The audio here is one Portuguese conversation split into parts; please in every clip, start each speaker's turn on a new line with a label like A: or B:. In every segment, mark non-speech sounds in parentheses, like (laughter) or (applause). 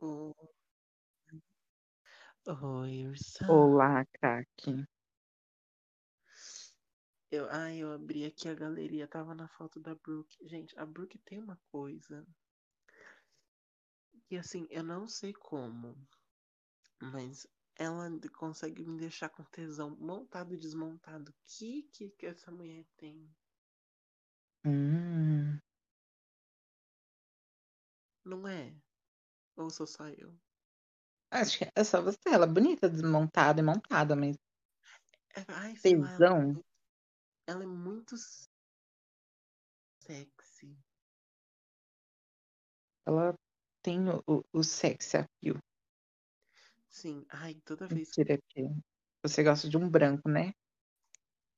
A: Oi, oi, Ursa.
B: Olá, craque.
A: Eu, ai, eu abri aqui a galeria, tava na foto da Brooke. Gente, a Brooke tem uma coisa que, assim, eu não sei como, mas ela d- consegue me deixar com tesão montado e desmontado. Que que que essa mulher tem?
B: Hum,
A: Não é? Ou sou só eu?
B: acho que é só você. Ela é bonita, desmontada e montada, mas
A: É, Ai, sei lá, ela,
B: tesão.
A: ela é muito sexy.
B: Ela tem o, o, o sex appeal.
A: Sim, ai, toda vez que.
B: Mentira, que você gosta de um branco, né?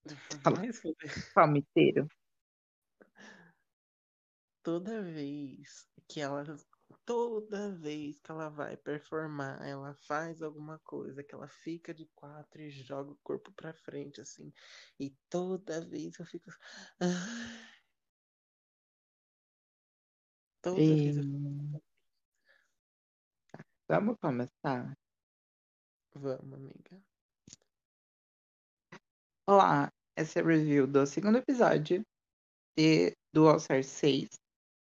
A: (laughs)
B: Fala,
A: Toda
B: palmiteiro.
A: Toda vez que ela, toda vez que ela vai performar, ela faz alguma coisa, que ela fica de quatro e joga o corpo pra frente, assim. E toda vez eu fico. "Ah", toda
B: E Tá,
A: vez eu fico.
B: vamos começar.
A: Vamos, amiga.
B: Olá, essa é a review do segundo episódio de, do All Star 6.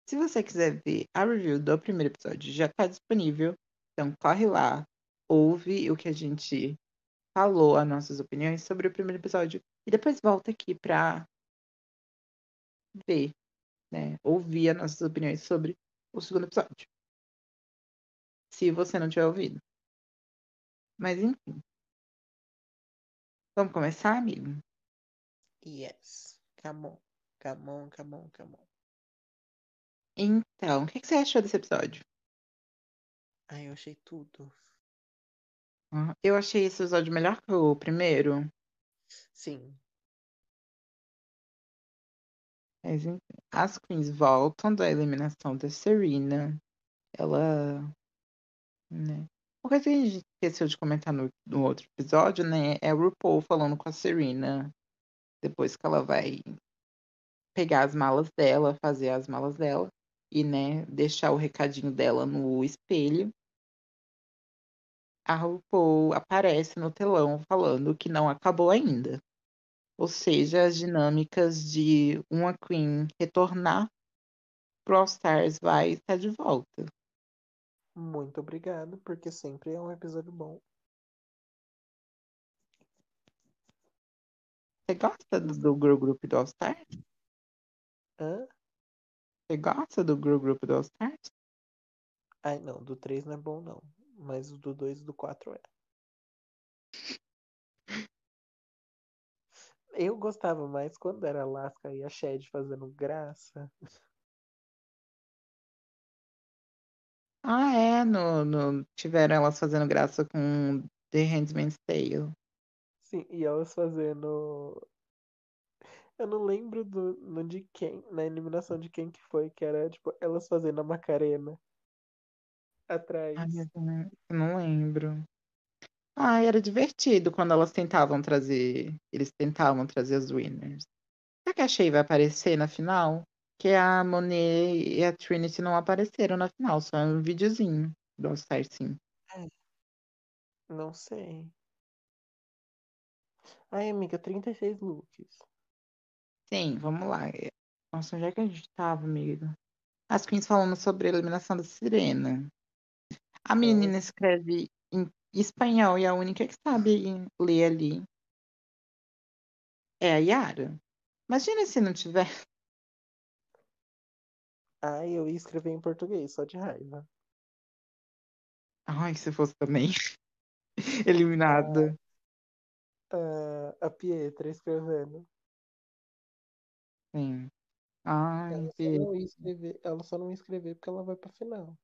B: Se você quiser ver a review do primeiro episódio, já está disponível. Então corre lá, ouve o que a gente falou, as nossas opiniões sobre o primeiro episódio. E depois volta aqui pra ver, né? Ouvir as nossas opiniões sobre o segundo episódio. Se você não tiver ouvido. Mas enfim, vamos começar, amigo?
A: Yes. Come on. Come on, come on, come on.
B: Então, o que, que você achou desse episódio?
A: Ai, eu achei tudo.
B: Ah, Eu achei esse episódio melhor que o primeiro.
A: Sim.
B: Mas enfim, as queens voltam da eliminação da Serena. Ela, né? Uma coisa que a gente esqueceu de comentar no, no outro episódio, né? É o RuPaul falando com a Serena depois que ela vai pegar as malas dela, fazer as malas dela e, né, deixar o recadinho dela no espelho. A RuPaul aparece no telão falando que não acabou ainda. Ou seja, as dinâmicas de uma Queen retornar pro All Stars vai estar de volta.
A: Muito obrigado, porque sempre é um episódio bom.
B: Você gosta do, do girl group do All Stars?
A: Hã?
B: Você gosta do girl group do All Stars?
A: Ai, não, do 3 não é bom, não. Mas o do 2 e do 4 é. Eu gostava mais quando era Alaska e a Shed fazendo graça.
B: Ah, é. No, no- tiveram elas fazendo graça com The Handmaid's Tale.
A: Sim, e elas fazendo. Eu não lembro do, no de quem, na eliminação de quem que foi, que era tipo elas fazendo a Macarena
B: Ai,
A: atrás.
B: eu não eu não lembro. Ah, era divertido quando elas tentavam trazer. Eles tentavam trazer os winners. Será que a Shea vai aparecer na final? Que a Monet e a Trinity não apareceram na final, só um videozinho do All Star, sim.
A: É, Não sei. Ai, amiga, 36 looks.
B: Sim, vamos lá. Nossa, onde é que a gente tava, amiga? As queens falando sobre a eliminação da Sirena. A
A: Ai,
B: menina escreve em espanhol e é a única que sabe ler ali é a Yara. Imagina se não tiver. (laughs)
A: ai, eu ia escrever em português, só de raiva.
B: Ai, se fosse também (laughs)
A: Ah,
B: eliminada.
A: ah, a Pietra escrevendo.
B: Sim. Ai,
A: Ela só
B: Pedro,
A: não ia escrever, ela só não ia escrever porque ela vai pra final.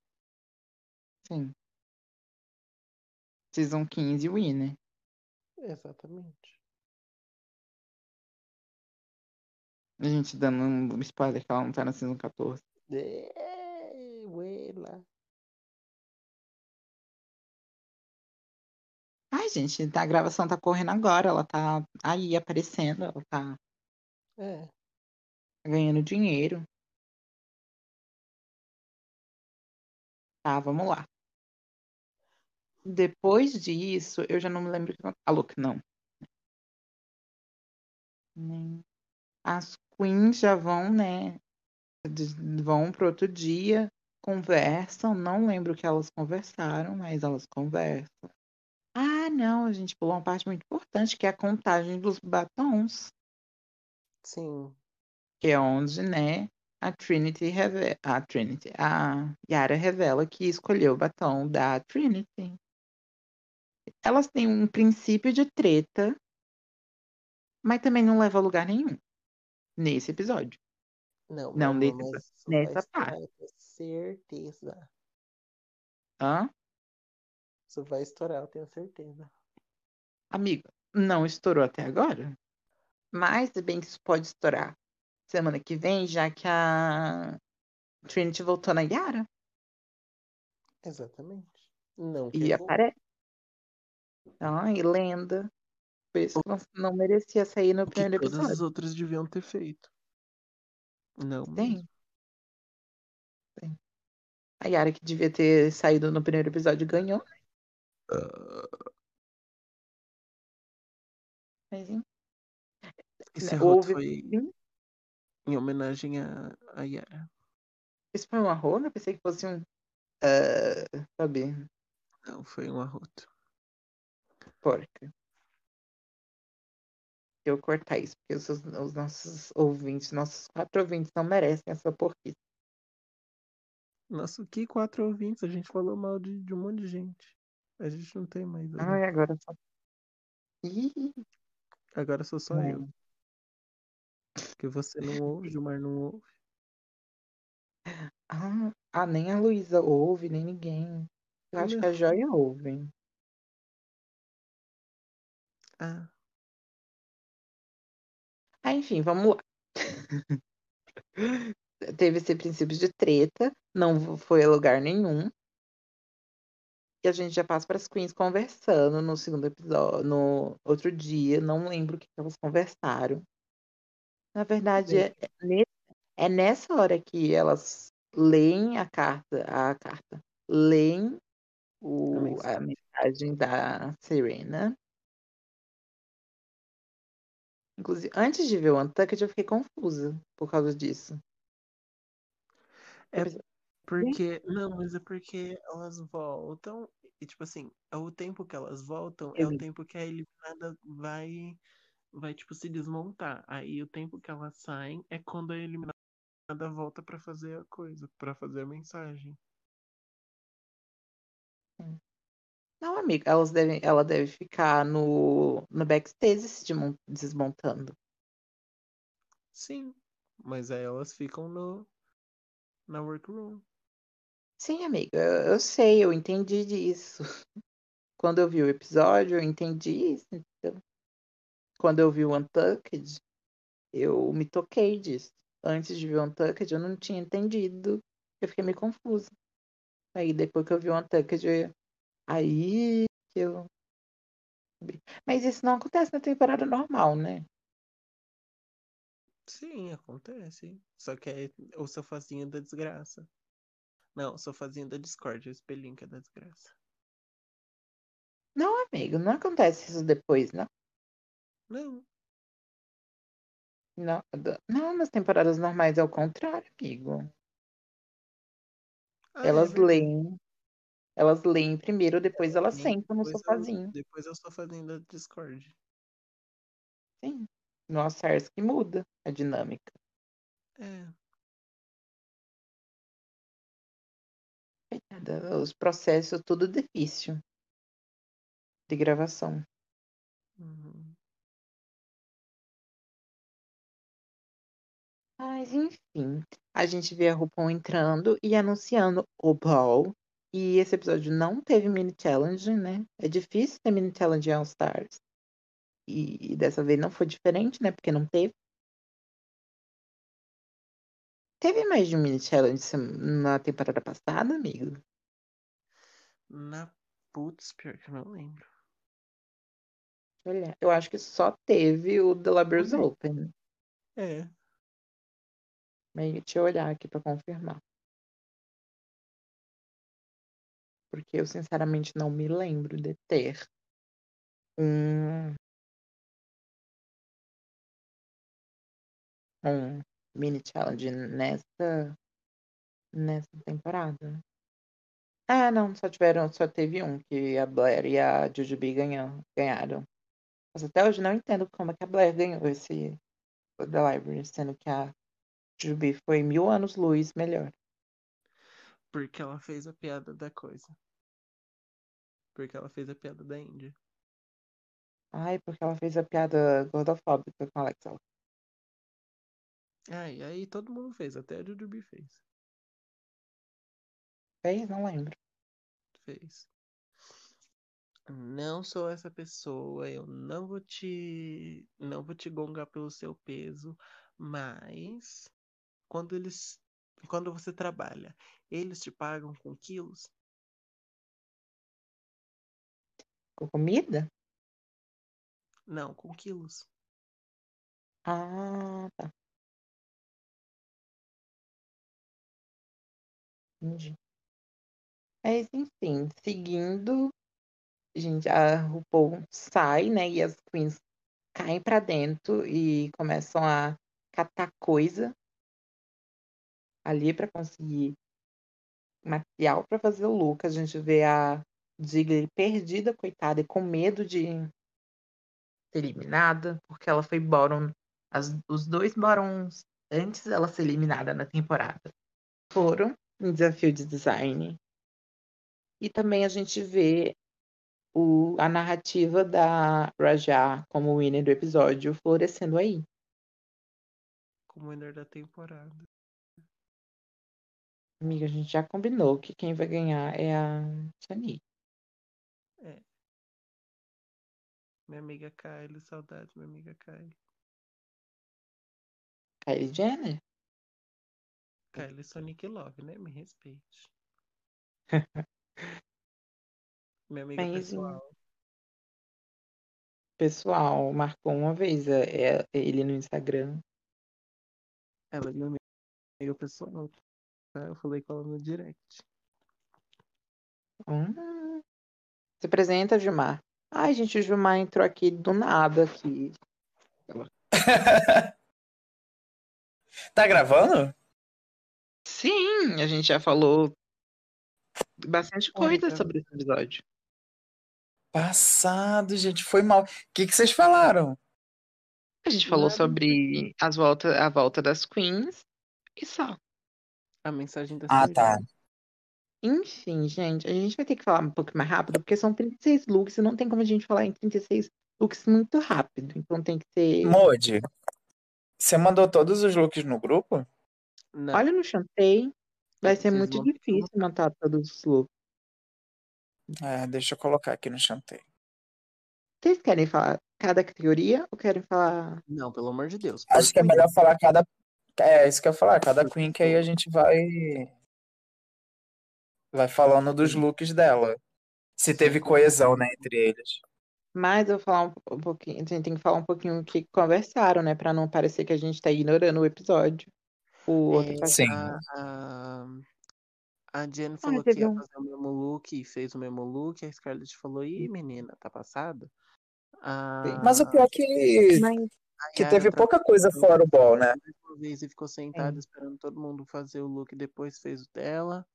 B: sim. Season né? 15, winner.
A: Exatamente.
B: A gente dando um spoiler que ela não tá na Season 14.
A: Ei, uela.
B: Ai, gente, tá- a gravação tá correndo agora. Ela tá aí aparecendo, ela tá
A: É.
B: ganhando dinheiro. Tá, vamos lá. Depois disso, eu já não me lembro o que aconteceu. A Luke, não. Nem- As queens já vão, né? des- Vão pro outro dia, conversam. Não lembro o que elas conversaram, mas elas conversam. Ah, não, a gente pulou uma parte muito importante, que é a contagem dos batons.
A: Sim.
B: que é onde, né, a Trinity revela, a Trinity, a Yara revela que escolheu o batom da Trinity. Elas têm um princípio de treta, mas também não leva a lugar nenhum nesse episódio.
A: Não,
B: Não,
A: meu amor,
B: nessa-
A: mas isso
B: nessa
A: vai estourar,
B: parte.
A: eu tenho certeza.
B: Hã?
A: Isso vai estourar, eu tenho certeza.
B: Amigo, não estourou até agora? Mas se bem que isso pode estourar semana que vem, já que a Trinity voltou na Yara
A: Exatamente. Não
B: e
A: que eu vou.
B: aparece. Ai, lenda. Por isso que não, não merecia sair no
A: O que
B: primeiro
A: todas
B: episódio.
A: as outras deviam ter feito. Não
B: Tem.
A: mesmo.
B: A Yara que devia ter saído no primeiro episódio ganhou. né?
A: Ah.
B: Mas, enfim,
A: Esse
B: né,
A: arroto
B: houve.
A: foi em homenagem a, a Yara.
B: Isso foi um arroba? Eu pensei que fosse um. ah, sabe?
A: Não, foi um arroto.
B: Porca. Eu vou cortar isso, porque os, seus- os nossos ouvintes, nossos quatro ouvintes, não merecem essa porquice.
A: Nossa, que quatro ouvintes. A gente falou mal de, de um monte de gente. A gente não tem mais. né?
B: Ai, agora só. Ih,
A: Agora sou só eu.
B: não.
A: Porque você não ouve, Gilmar não ouve.
B: ah, ah, nem a Luísa ouve, nem ninguém. Eu acho que a Joia ouve.
A: Ah,
B: Ah, enfim, vamos lá. (laughs) Teve esse princípio de treta, não foi a lugar nenhum. E a gente já passa para as queens conversando no segundo episódio, no outro dia, não lembro o que que elas conversaram. Na verdade, é, é ne- é nessa hora que elas leem a carta, a carta, leem
A: a
B: o, a
A: mensagem.
B: mensagem da Serena. Inclusive, antes de ver o Untucked, eu fiquei confusa por causa disso. Eu
A: É
B: pensei,
A: Porque, não, mas é porque elas voltam, e tipo assim, é o tempo que elas voltam é o
B: Exato.
A: tempo que a eliminada vai, vai tipo, se desmontar. Aí o tempo que elas saem é quando a eliminada volta pra fazer a coisa, pra fazer a mensagem.
B: Não, amiga, elas devem, ela deve ficar no, no backstage se desmon- desmontando.
A: Sim, mas aí elas ficam no, na workroom.
B: Sim, amiga, eu eu sei, eu entendi disso. (laughs) Quando eu vi o episódio, eu entendi isso. Então, quando eu vi o Untucked, eu me toquei disso. Antes de ver o Untucked, eu não tinha entendido. Eu fiquei meio confusa. Aí depois que eu vi o Untucked, eu- aí que eu. Mas isso não acontece na temporada normal, né?
A: Sim, acontece. Só que é o sofazinho da desgraça. Não, o sofazinho da discórdia, o espelhinho que é da desgraça.
B: Não, amigo, não acontece isso depois, não.
A: Não,
B: Não, da- não nas temporadas normais é o contrário, amigo.
A: ah, é
B: Elas
A: verdade.
B: leem, elas leem primeiro, depois elas
A: Sim,
B: sentam no
A: Depois eu,
B: sofazinho.
A: depois eu sou fazendo a Discord.
B: Sim. Nossa, Ars que muda a dinâmica.
A: É,
B: Coitada, Os processos tudo difícil de gravação.
A: uhum.
B: Mas enfim, a gente vê a RuPaul entrando e anunciando o Ball. E esse episódio não teve mini challenge, né? É difícil ter mini challenge em All Stars. E, e dessa vez não foi diferente, né? Porque não teve. Teve mais de um mini challenge sem- na temporada passada, amigo?
A: Na putz, pior que eu não lembro.
B: Deixa eu olhar. Eu acho que só teve o The Lovers
A: Também.
B: Open.
A: É,
B: Mas deixa eu olhar aqui pra confirmar. Porque eu, sinceramente, não me lembro de ter um. Um mini challenge nessa. Nessa temporada. Ah, não, só tiveram, só teve um que a Blair e a Jujubee ganham, ganharam. Mas até hoje não entendo como é que a Blair ganhou esse o The Library, sendo que a Jujubee foi mil anos luz melhor.
A: Porque ela fez a piada da coisa. Porque ela fez a piada da Índia.
B: Ai, porque ela fez a piada gordofóbica com a Alexa.
A: Ai, Ah, aí todo mundo fez, até a Jujubee fez.
B: Fez? Não lembro.
A: Fez. Não sou essa pessoa, eu não vou te. Não vou te gongar pelo seu peso, mas quando eles. Quando você trabalha, eles te pagam com quilos?
B: Com comida?
A: Não, com quilos.
B: Ah, tá. Entendi. Mas enfim, seguindo, gente, a RuPaul sai, né? E as queens caem pra dentro e começam a catar coisa ali pra conseguir material pra fazer o look. A gente vê a Digley perdida, coitada, e com medo de ser eliminada, porque ela foi bottom, as- os dois bottoms antes dela ser eliminada na temporada foram um desafio de design. E também a gente vê o, a narrativa da Rajá como winner do episódio florescendo aí.
A: Como winner da temporada.
B: Amiga, a gente já combinou que quem vai ganhar é a Shani.
A: Minha amiga Kylie, saudade, minha amiga Kylie.
B: Kylie Jenner?
A: Kylie Sonic Love, né? Me (laughs) respeite. Minha amiga
B: Mas,
A: pessoal.
B: O pessoal marcou uma vez é, é, ele no Instagram.
A: Ela é minha amiga pessoal. tá? Eu falei com ela no direct.
B: Hum. Se apresenta, Gilmar. Ai, gente, o Gilmar entrou aqui do nada aqui.
C: Tá gravando?
B: Sim, a gente já falou bastante coisa
A: Olha.
B: sobre esse episódio.
C: Passado, gente, foi mal. O que, que vocês falaram?
B: A gente falou
A: Nada.
B: sobre as volta, a volta das queens e só.
A: A mensagem da
C: Ah,
A: Serena.
C: tá.
B: Enfim, gente, a gente vai ter que falar um pouco mais rápido, porque são 36 looks e não tem como a gente falar em 36 looks muito rápido. Então tem que ser.
C: Modi, você mandou todos os looks no grupo? É.
A: Não,
B: Olha no chantei, vai ser
A: Vocês
B: muito
A: vão-
B: difícil montar todos os looks.
C: É, deixa eu colocar aqui no chanteio.
B: Vocês querem falar cada categoria ou querem falar.
A: não, pelo amor de Deus.
C: Acho que é
A: Porco
C: melhor falar cada. É, isso que eu ia falar, cada queen que aí a gente vai. Vai falando dos looks dela. Se teve coesão, né, entre eles.
B: Mas eu vou falar um, um pouquinho. A gente tem que falar um pouquinho o que conversaram, né? Pra não parecer que a gente tá ignorando o episódio. O outro tá
A: É,
B: faz-
C: Sim.
A: A, a, a Jen
B: Ah,
A: falou que
B: teve
A: ia
B: um.
A: fazer o mesmo look e fez o mesmo look. A Scarlett falou, ih, menina, tá passada? A,
C: Mas o pior é que,
B: Mas
A: Ah, a
C: que
A: Yara
C: teve
A: trabalhou
C: pouca coisa fora o ball, né?
A: mais uma vez e ficou sentada
B: Sim.
A: esperando todo mundo fazer o look, depois fez o dela.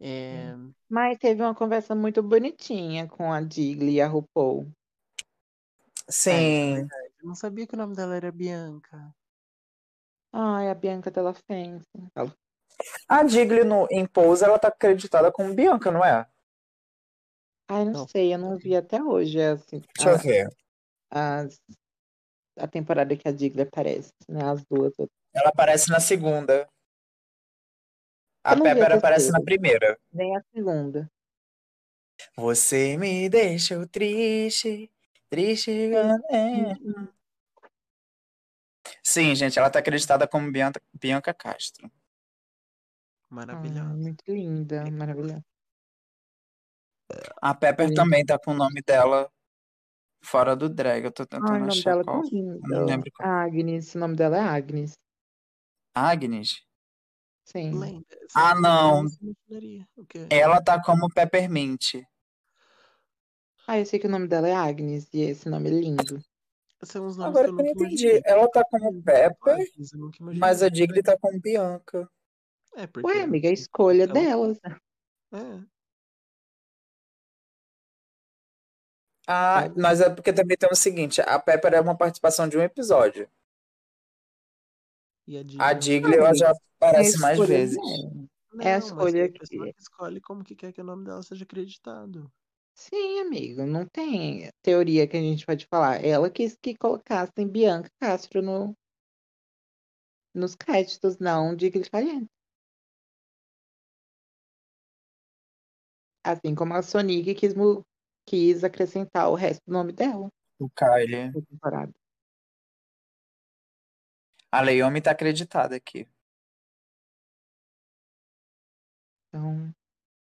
A: É,
B: Mas teve uma conversa muito bonitinha com a Digli e a RuPaul.
A: ah, isso é
C: Sim.
A: verdade. Eu não sabia que o nome dela era Bianca.
B: Ai, a Bianca Della Fence. Ela-
C: A Digli no em Pose, ela tá acreditada como Bianca, não é?
B: Ai, não
A: Não,
B: sei, eu não vi até hoje assim,
C: Deixa eu ver.
B: a, as- a temporada que a Digli aparece, né? As duas. Eu
C: Ela aparece na segunda. A
B: não vi a
C: Pepper aparece
B: terceira,
C: na primeira.
B: nem a segunda.
C: Você me deixou triste, triste.
B: É.
C: né? Sim, gente, ela tá acreditada como Bianca, Bianca Castro.
B: Ai,
A: maravilhosa.
B: muito linda, maravilhosa.
C: A Pepper
B: Sim.
C: também tá com o nome dela fora do drag. Eu tô
B: Ai, o
C: tentando
B: nome
C: achar
B: dela é tão
C: qual. Eu não
B: lindo.
C: lembro qual.
B: Agnes, o nome dela é Agnes.
C: Agnes?
B: Sim.
A: Lenda.
C: Ah,
A: Essa
C: não.
A: eu imaginaria. O quê?
C: Ela tá como Peppermint.
B: Ah, eu sei que o nome dela é Agnes e esse nome é lindo.
A: São os nomes
C: É. Agora
A: que eu
C: que eu
A: nunca
C: entendi.
A: imaginei.
C: Ela tá como Pepper,
A: Agnes, eu nunca imaginei.
C: mas a Diggle tá como Bianca.
A: É, porque...
B: Ué, amiga, a escolha
A: Ela-
B: delas.
A: É.
C: Ah, mas é porque também tem o seguinte: a Pepper é uma participação de um episódio.
A: E a Disney...
C: A Diggle ela já aparece
B: A
C: mais
B: escolha
C: vezes.
B: dela.
A: Não,
B: é a
A: mas
B: escolha
A: tem
B: que-
A: pessoa que escolhe como que quer que o nome dela seja acreditado.
B: Sim, amigo, não tem teoria que a gente pode falar. Ela quis que colocassem Bianca Castro no, nos créditos, não de Grisalhento. Assim como a Sonic quis, mu- quis acrescentar o resto do nome dela
C: O Kylie.
B: na temporada.
C: A Leiomi tá acreditada aqui.
B: Então,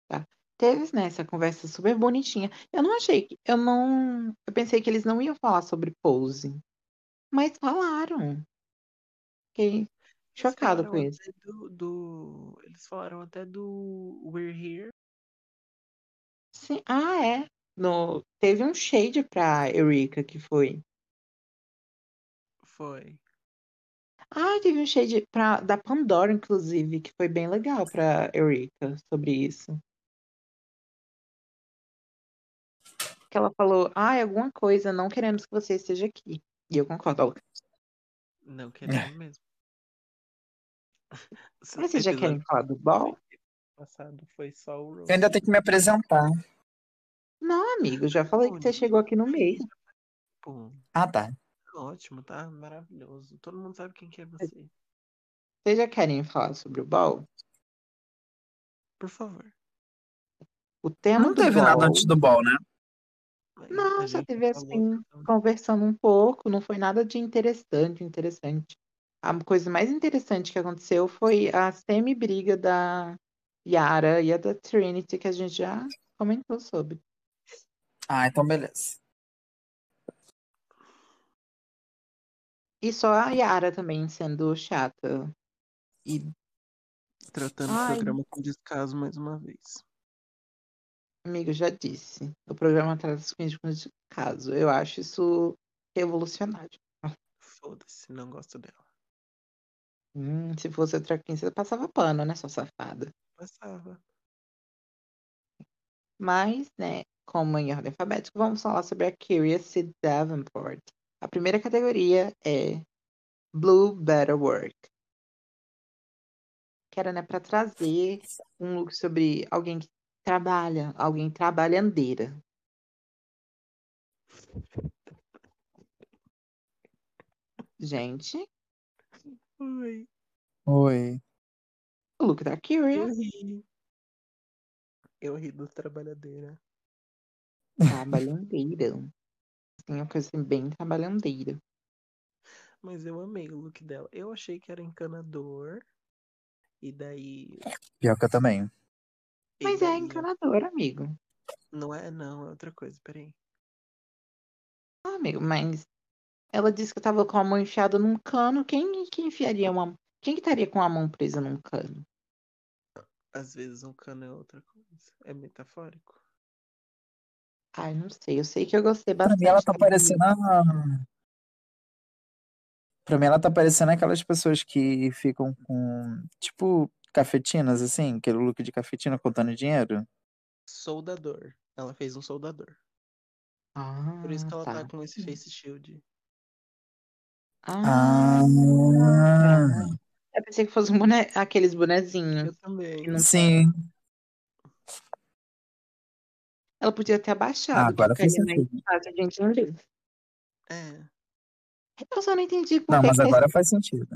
B: tá. Teve, né, essa conversa super bonitinha. Eu não achei que. Eu não. Eu pensei que eles não iam falar sobre pose. Mas falaram. Fiquei
A: Eles
B: chocado com
A: falaram
B: isso.
A: até Do, do- Eles falaram até do We're Here.
B: Sim. Ah, é. No... Teve um shade pra Eureka que foi.
A: Foi.
B: Ah, teve um shade pra... da Pandora, inclusive, que foi bem legal pra Eureka sobre isso. Que ela falou, ah, é alguma coisa, não queremos que você esteja aqui. E eu concordo. ela,
A: Não querendo mesmo. (laughs)
B: Mas vocês já querem
A: Episódio
B: falar do ball?
A: passado foi só o Rose.
C: Eu ainda tenho que me apresentar.
B: Não, amigo, já falei que você chegou aqui no meio.
A: Pô,
C: Ah, tá.
A: tá ótimo, tá maravilhoso. Todo mundo sabe quem que é você.
B: Vocês já querem falar sobre o ball?
A: Por favor.
B: O tema
C: Não
B: do
C: teve
B: ball,
C: nada antes do ball, né?
A: Mas
B: Não,
A: a
B: só
A: gente
B: teve
A: falou
B: assim,
A: que não-
B: conversando um pouco, não foi nada de interessante, interessante. A coisa mais interessante que aconteceu foi a semi-briga da Yara e a da Trinity, que a gente já comentou sobre.
C: Ah, então beleza.
B: E só a Yara também sendo chata.
A: Tratando
B: Ai.
A: o programa com descaso mais uma vez.
B: Amigo, já disse. O programa traz as questões de caso. Eu acho isso revolucionário.
A: Foda-se, não gosto dela.
B: Hum, se fosse outra quinta, eu passava pano, né, sua safada?
A: Passava.
B: Mas, né, como em ordem alfabética, vamos falar sobre a Curiosity Davenport. A primeira categoria é Blue Better Work. Que era, né, para trazer um look sobre alguém que trabalha, alguém trabalhandeira. Gente,
A: Oi.
C: Oi.
B: o look da
A: Eu
B: Curia,
A: ri. Eu ri do trabalhadeira.
B: trabalhandeira. Assim, uma coisa assim, bem trabalhandeira.
A: Mas eu amei o look dela. Eu achei que era encanador. E daí.
C: Pior que eu também.
A: e
B: Mas é
A: daí-
B: encanadora, amigo.
A: Não é, não, é outra coisa, peraí.
B: Ah, amigo, mas ela disse que eu tava com a mão enfiada num cano. Quem que enfiaria uma. Quem que estaria com a mão presa num cano?
A: Às vezes um cano é outra coisa. É metafórico.
B: Ai, não sei. Eu sei que eu gostei
C: Pra
B: bastante.
C: mim ela tá
B: da
C: parecendo. A... Pra mim ela tá parecendo aquelas pessoas que ficam com. Tipo, cafetinas, assim, aquele look de cafetina contando dinheiro.
A: Soldador. Ela fez um soldador.
B: Ah,
A: Por isso que ela tá,
B: tá.
A: com esse face shield.
B: Ah,
C: Ah.
B: eu pensei que fosse um boné... aqueles bonezinhos.
A: Eu também.
B: Hum. Não-
C: Sim.
B: Ela podia ter
C: Ah,
B: abaixado, que
C: agora fez
B: ficaria mais
C: sentido.
B: fácil a gente não ler.
A: É.
B: Eu só não entendi por
C: Não,
B: que (laughs)
C: mas
B: que tá
C: agora faz sentido.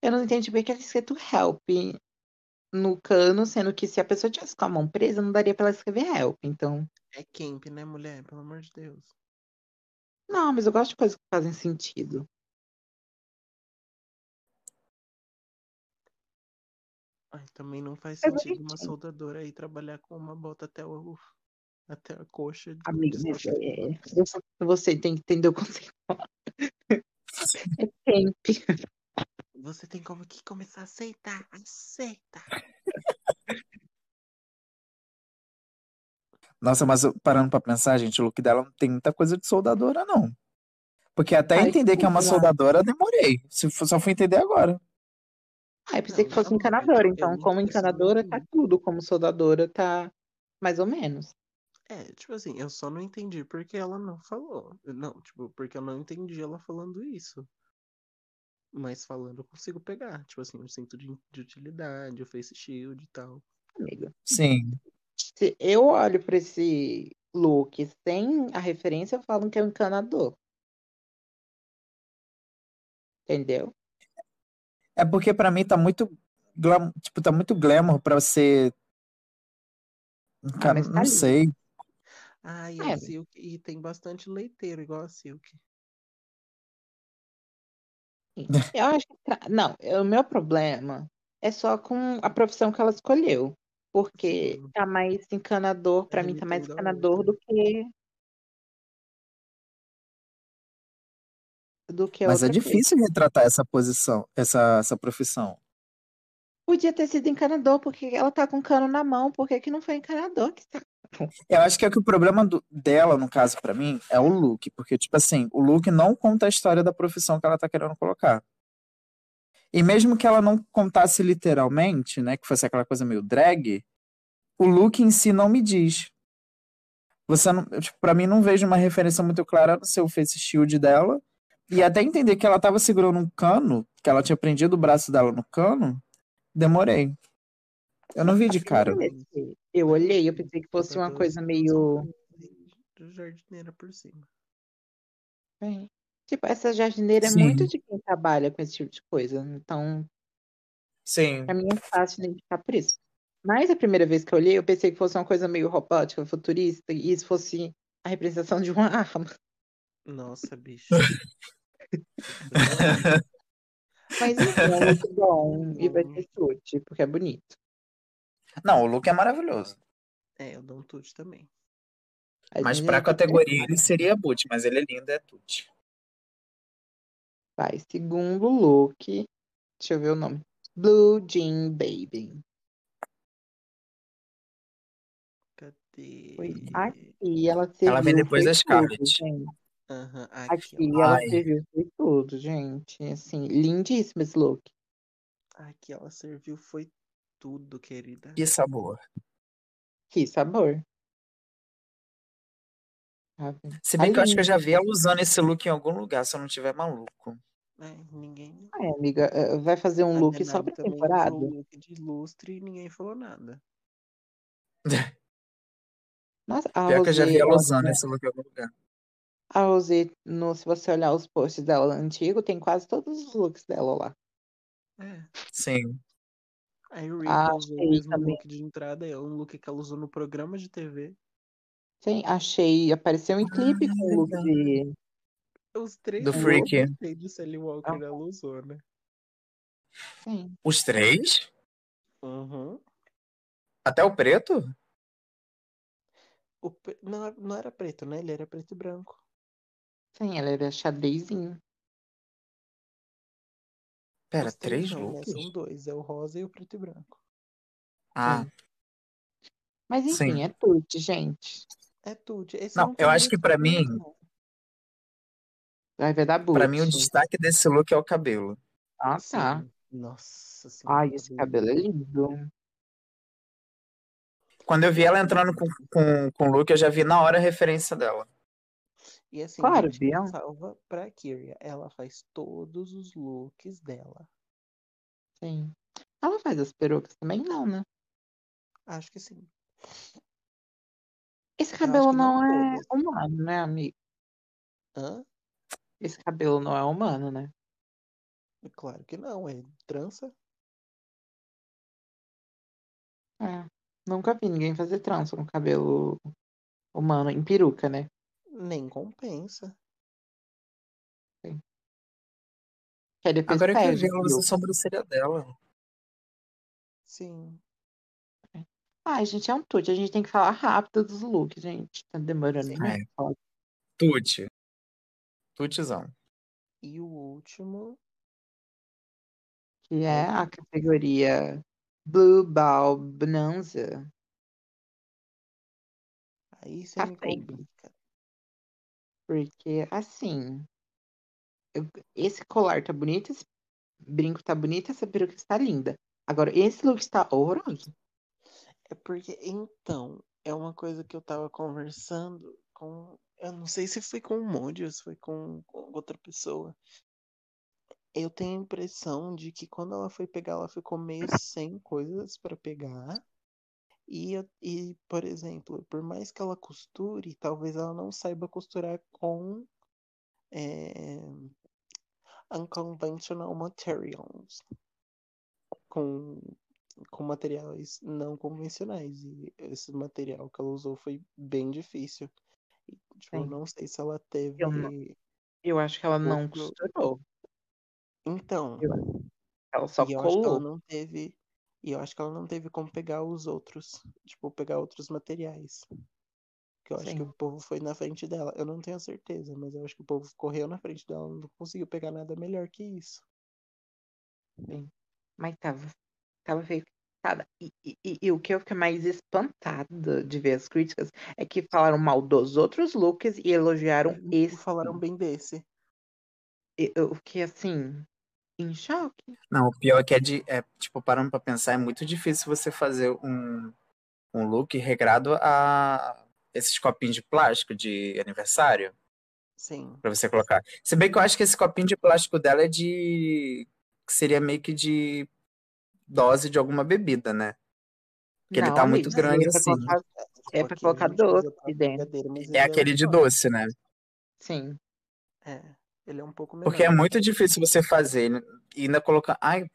B: Eu não entendi bem que era escrito help no cano, sendo que se a pessoa tivesse com a mão presa, não daria pra ela escrever help. Então,
A: É camp, né, mulher? Pelo amor de Deus.
B: não, mas eu gosto de coisas que fazem sentido.
A: Ai, também não faz
B: Mas eu
A: sentido uma
B: entendi.
A: soldadora aí trabalhar com uma bota até o. Até a coxa. de-
B: Amigo,
A: de-
B: mas é, você, você tem que entender o conceito. É tempo.
A: Você tem como que começar a aceitar. Aceita.
C: Nossa, mas eu- parando pra pensar, gente, o look dela não tem muita coisa de soldadora, não. Porque até
B: Ai,
C: entender que é uma
B: que
C: soldadora, eu demorei. Se for- Só fui entender agora.
B: Ah, eu pensei
A: Não,
B: que fosse
A: não,
B: encanadora,
A: eu-
B: então.
A: eu-
B: Como
A: eu-
B: encanadora tá tudo, como soldadora tá mais ou menos.
A: É, tipo assim, eu só não entendi porque ela não falou. Não, tipo, porque eu não entendi ela falando isso. Mas falando eu consigo pegar. Tipo assim, o cinto de, de utilidade, o face shield e tal.
B: Amiga.
C: Sim.
B: Se eu olho pra esse look sem a referência, eu falo que é um encanador. Entendeu?
C: É porque pra mim tá muito. glam- Tipo, tá muito glamour pra ser.
B: Ah, mas tá
C: não
B: lindo.
C: sei.
A: Ah, e
B: É.
A: a Silk. E tem bastante leiteiro, igual a Silk.
B: Eu acho que. tra- Não, eu- o meu problema é só com a profissão que ela escolheu. Porque
A: Sim.
B: tá mais encanador, pra
A: Ela
B: mim tá mais
A: entendeu a
B: encanador
A: outra.
B: do que. Do que
C: Mas é
B: outra coisa.
C: difícil retratar essa posição, essa, essa profissão.
B: Podia ter sido encanador, porque ela tá com cano na mão, por que que não foi encanador que tá?
C: Eu acho que é que o problema do- dela, no caso, pra mim, é o look. Porque, tipo assim, o look não conta a história da profissão que ela tá querendo colocar. E mesmo que ela não contasse literalmente, né? Que fosse aquela coisa meio drag, o look em si não me diz. Você não, eu, tipo, pra mim, não vejo uma referência muito clara no seu face shield dela. E até entender que ela tava segurando um cano, que ela tinha prendido o braço dela no cano, demorei. Eu não vi de cara.
B: é Esse- Eu olhei, eu pensei que fosse uma coisa meio.
A: um De jardineira por cima.
B: Bem, Tipo, essa jardineira é
C: Sim.
B: muito de quem trabalha com esse tipo de coisa. Então,
C: Sim.
B: pra mim é fácil identificar por isso. Mas a primeira vez que eu olhei, eu pensei que fosse uma coisa meio robótica, futurista, e isso fosse a representação de uma (laughs) arma.
A: Nossa, bicho. um
B: (laughs) Mas enfim, é muito bom e vai ter chute, porque é bonito.
C: Não, o look é maravilhoso.
A: é, eu dou um tute também.
B: A
C: Mas
A: é
B: gente
C: pra
B: não vai
C: categoria ele seria boot, mas ele é lindo, é tut.
B: Vai, segundo look. Deixa eu ver o nome. Blue Jean Baby.
A: Cadê?
B: Foi aqui. E ela serviu.
C: Ela vem depois
B: foi
C: da
B: tudo,
C: Scarlett.
B: gente.
A: Aham, aqui,
B: Aqui
A: ó.
B: ela
C: Ai.
B: serviu foi tudo, gente. Assim, lindíssimo esse look.
A: Aqui ela serviu, foi tudo, querida.
C: Que sabor.
B: Que sabor. Tá vendo?
C: Se bem que eu acho que eu
B: Ai,
C: já vi ela usando esse look em algum lugar, se eu não tiver maluco.
A: É, ninguém.
B: é, amiga, eh, vai fazer um
A: A
B: look só
A: Denali
B: pra
A: Ah, também
B: temporada?
A: usou o look de lustre e ninguém falou nada.
B: Nossa, a
C: Pior que eu já
B: Rosé,
C: vi ela né?
B: ela-
C: usando esse look em algum lugar.
B: a Rosé, no, se você olhar os posts dela antigo, tem quase todos os looks dela lá.
A: É.
C: Sim.
A: A Eureka
B: Ah,
A: usou
B: achei
A: o mesmo
B: também.
A: look de entrada, é um look que ela usou no programa de TV.
B: Sim, achei. Apareceu em clipe
C: Ah,
B: com o look de.
A: É Os três
C: Do
A: looks
C: Freaky.
A: que tem de Sally Walker
B: Ah.
A: ela usou, né?
B: Sim.
C: Os três?
A: Uhum.
C: Até o preto?
A: O pre- não, não era preto, né? Ele era preto e branco.
B: Sim, ela era xadrezinho.
C: Pera,
A: Os três
C: três
A: não, né?
C: looks?
A: São dois, é o rosa e o preto e branco.
C: Ah,
B: Mas enfim,
C: Sim.
B: é tudo, gente.
A: É tudo. Esse
C: Não,
A: tem
C: eu acho que
A: muito
C: pra
A: brilho,
C: mim-
A: não.
B: Vai ver da Butch.
C: pra mim o destaque desse look é o cabelo.
B: Ah, tá.
A: Sim. Nossa senhora.
B: Ai, esse cabelo é lindo.
C: Quando eu vi ela entrando com, com, com o look, eu já vi na hora a referência dela.
A: E assim,
B: Claro,
A: gente,
B: Bianca.
A: salva pra Kyria. Ela faz todos os looks dela.
B: Sim. Ela faz as perucas também, não, né?
A: Acho que sim.
B: Esse
A: acho
B: cabelo
A: que
B: não
A: não
B: é
A: todas.
B: humano, né, amigo?
A: Hã?
B: Esse cabelo não é humano, né?
A: Claro que não, é trança.
B: É. Nunca vi ninguém fazer trança com cabelo humano, em peruca, né?
A: Nem compensa.
B: Que aí depois
C: Agora eu quero
B: perde.
C: ver
B: a
C: ela usa a
B: peruca.
C: sobrancelha dela.
A: Sim.
B: Ai, gente, é um tute. A gente tem que falar rápido dos looks, gente. Tá demorando
A: Sim.
B: muito.
C: Tute. Tutezão.
A: E o último
B: que é a categoria Blue Ball Bonanza.
A: Aí você
B: Tá
A: me
B: feio.
A: complica.
B: Porque, assim, eu- esse colar tá bonito, esse brinco tá bonito, essa peruca está linda. Agora, esse look está horroroso.
A: É porque, então, é uma coisa que eu tava conversando com. Eu não sei se foi com o Mondi ou se foi com com outra pessoa. Eu tenho a impressão de que quando ela foi pegar, ela ficou meio sem coisas pra pegar. E, eu- e, por exemplo, por mais que ela costure, talvez ela não saiba costurar com é, unconventional materials. Com com materiais não convencionais. E esse material que ela usou foi bem difícil. E, tipo, eu
B: Sim.
A: não sei se ela teve.
B: Eu não- Eu acho que ela não
A: Outro-
B: costurou.
A: Então,
B: Eu- Ela só
A: e eu acho que ela
B: colou.
A: não teve. E eu acho que ela não teve como pegar os outros. Tipo, pegar outros materiais. Que eu acho que
B: Sim.
A: o povo foi na frente dela. Eu não tenho certeza, mas eu acho que o povo correu na frente dela. Não conseguiu pegar nada melhor que isso.
B: Mas tava, tava feio. Tava. E, e- e- e o que eu fiquei mais espantada de ver as críticas é que falaram mal dos outros looks e elogiaram
A: Uhum. E
B: esse.
A: falaram bem desse.
B: E Eu fiquei assim, em choque.
C: Não, o pior é que é de. É, tipo, parando pra pensar, é muito difícil você fazer um, um look regrado a esses copinhos de plástico de aniversário
A: Sim.
C: pra você colocar. Se bem que eu acho que esse copinho de plástico dela é de. que seria meio que de dose de alguma bebida, né? Porque ele
B: Não,
C: tá
B: amiga,
C: muito
B: isso
C: grande
B: é pra
C: assim.
B: colocar-
A: Tipo,
B: é pra
A: aquele
B: colocar
A: a gente usa
B: doce
A: pra
B: dentro.
A: brigadeiro, mas
C: É
A: ele
C: aquele de
A: um-
C: doce, né?
B: Sim.
A: É, ele é um pouco menor.
C: Porque é muito difícil você fazer né? e ainda colocar. Ai,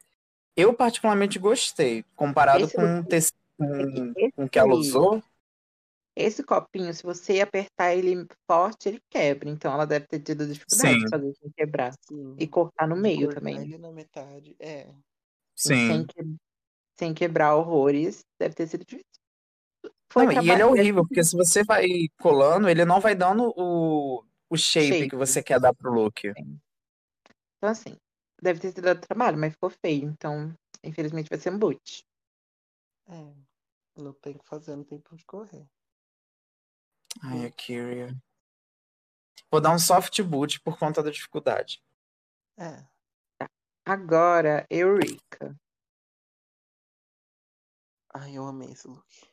C: eu particularmente gostei, comparado
B: Esse
C: com, o
B: look-
C: teci-
B: é que
C: com,
B: esse
C: com o que ela
B: aí-
C: usou.
B: Esse copinho, se você apertar ele forte, ele quebra. Então ela deve ter tido dificuldade de
C: Sim.
B: fazer sem quebrar.
A: Sim,
B: E cortar no
A: de
B: meio
A: cortar
B: também. né?
A: ele na metade. É,
C: Sim.
B: Sem, que- sem quebrar horrores, deve ter sido difícil. Foi
C: Não, e ele é
B: trabalho-
C: horrível, porque se você vai colando, ele não vai dando o, o shape,
B: Shape.
C: que você quer dar pro look.
B: Então, assim, deve ter sido dado trabalho, mas ficou feio. Então, infelizmente, vai ser um boot.
A: é. Não tem o que fazer, não tem pra onde correr.
C: Ai, a Kyria. Vou dar um soft boot por conta da dificuldade.
A: É,
B: Agora, Eureka.
A: ai, eu amei esse look.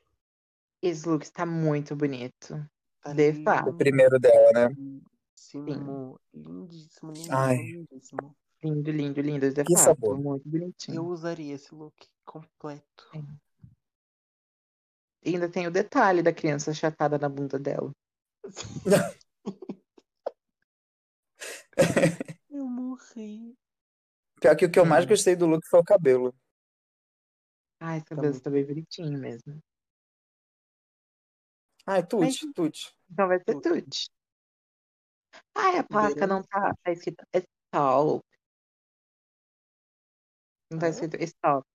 B: Esse look está muito bonito.
A: Tá
B: De fato.
C: O primeiro dela, né?
A: lindíssimo, lindíssimo, lindíssimo,
C: Ai.
A: lindíssimo.
B: Lindo, lindo, lindo. De
C: Que
B: fato.
C: sabor.
B: Muito bonitinho.
A: Eu usaria esse look completo.
B: E ainda tem o detalhe da criança achatada na bunda dela.
A: Eu morri.
C: Pior que o que eu mais gostei do look foi o cabelo.
B: Ai, esse
A: Tá
B: cabelo
A: muito
B: tá bem bonitinho mesmo.
C: Ai, tute, tute.
B: Então vai ser
A: Tudo.
B: tudo. Ai, a placa não tá, tá escrita stop. Não tá
A: Hã?
B: escrito stop.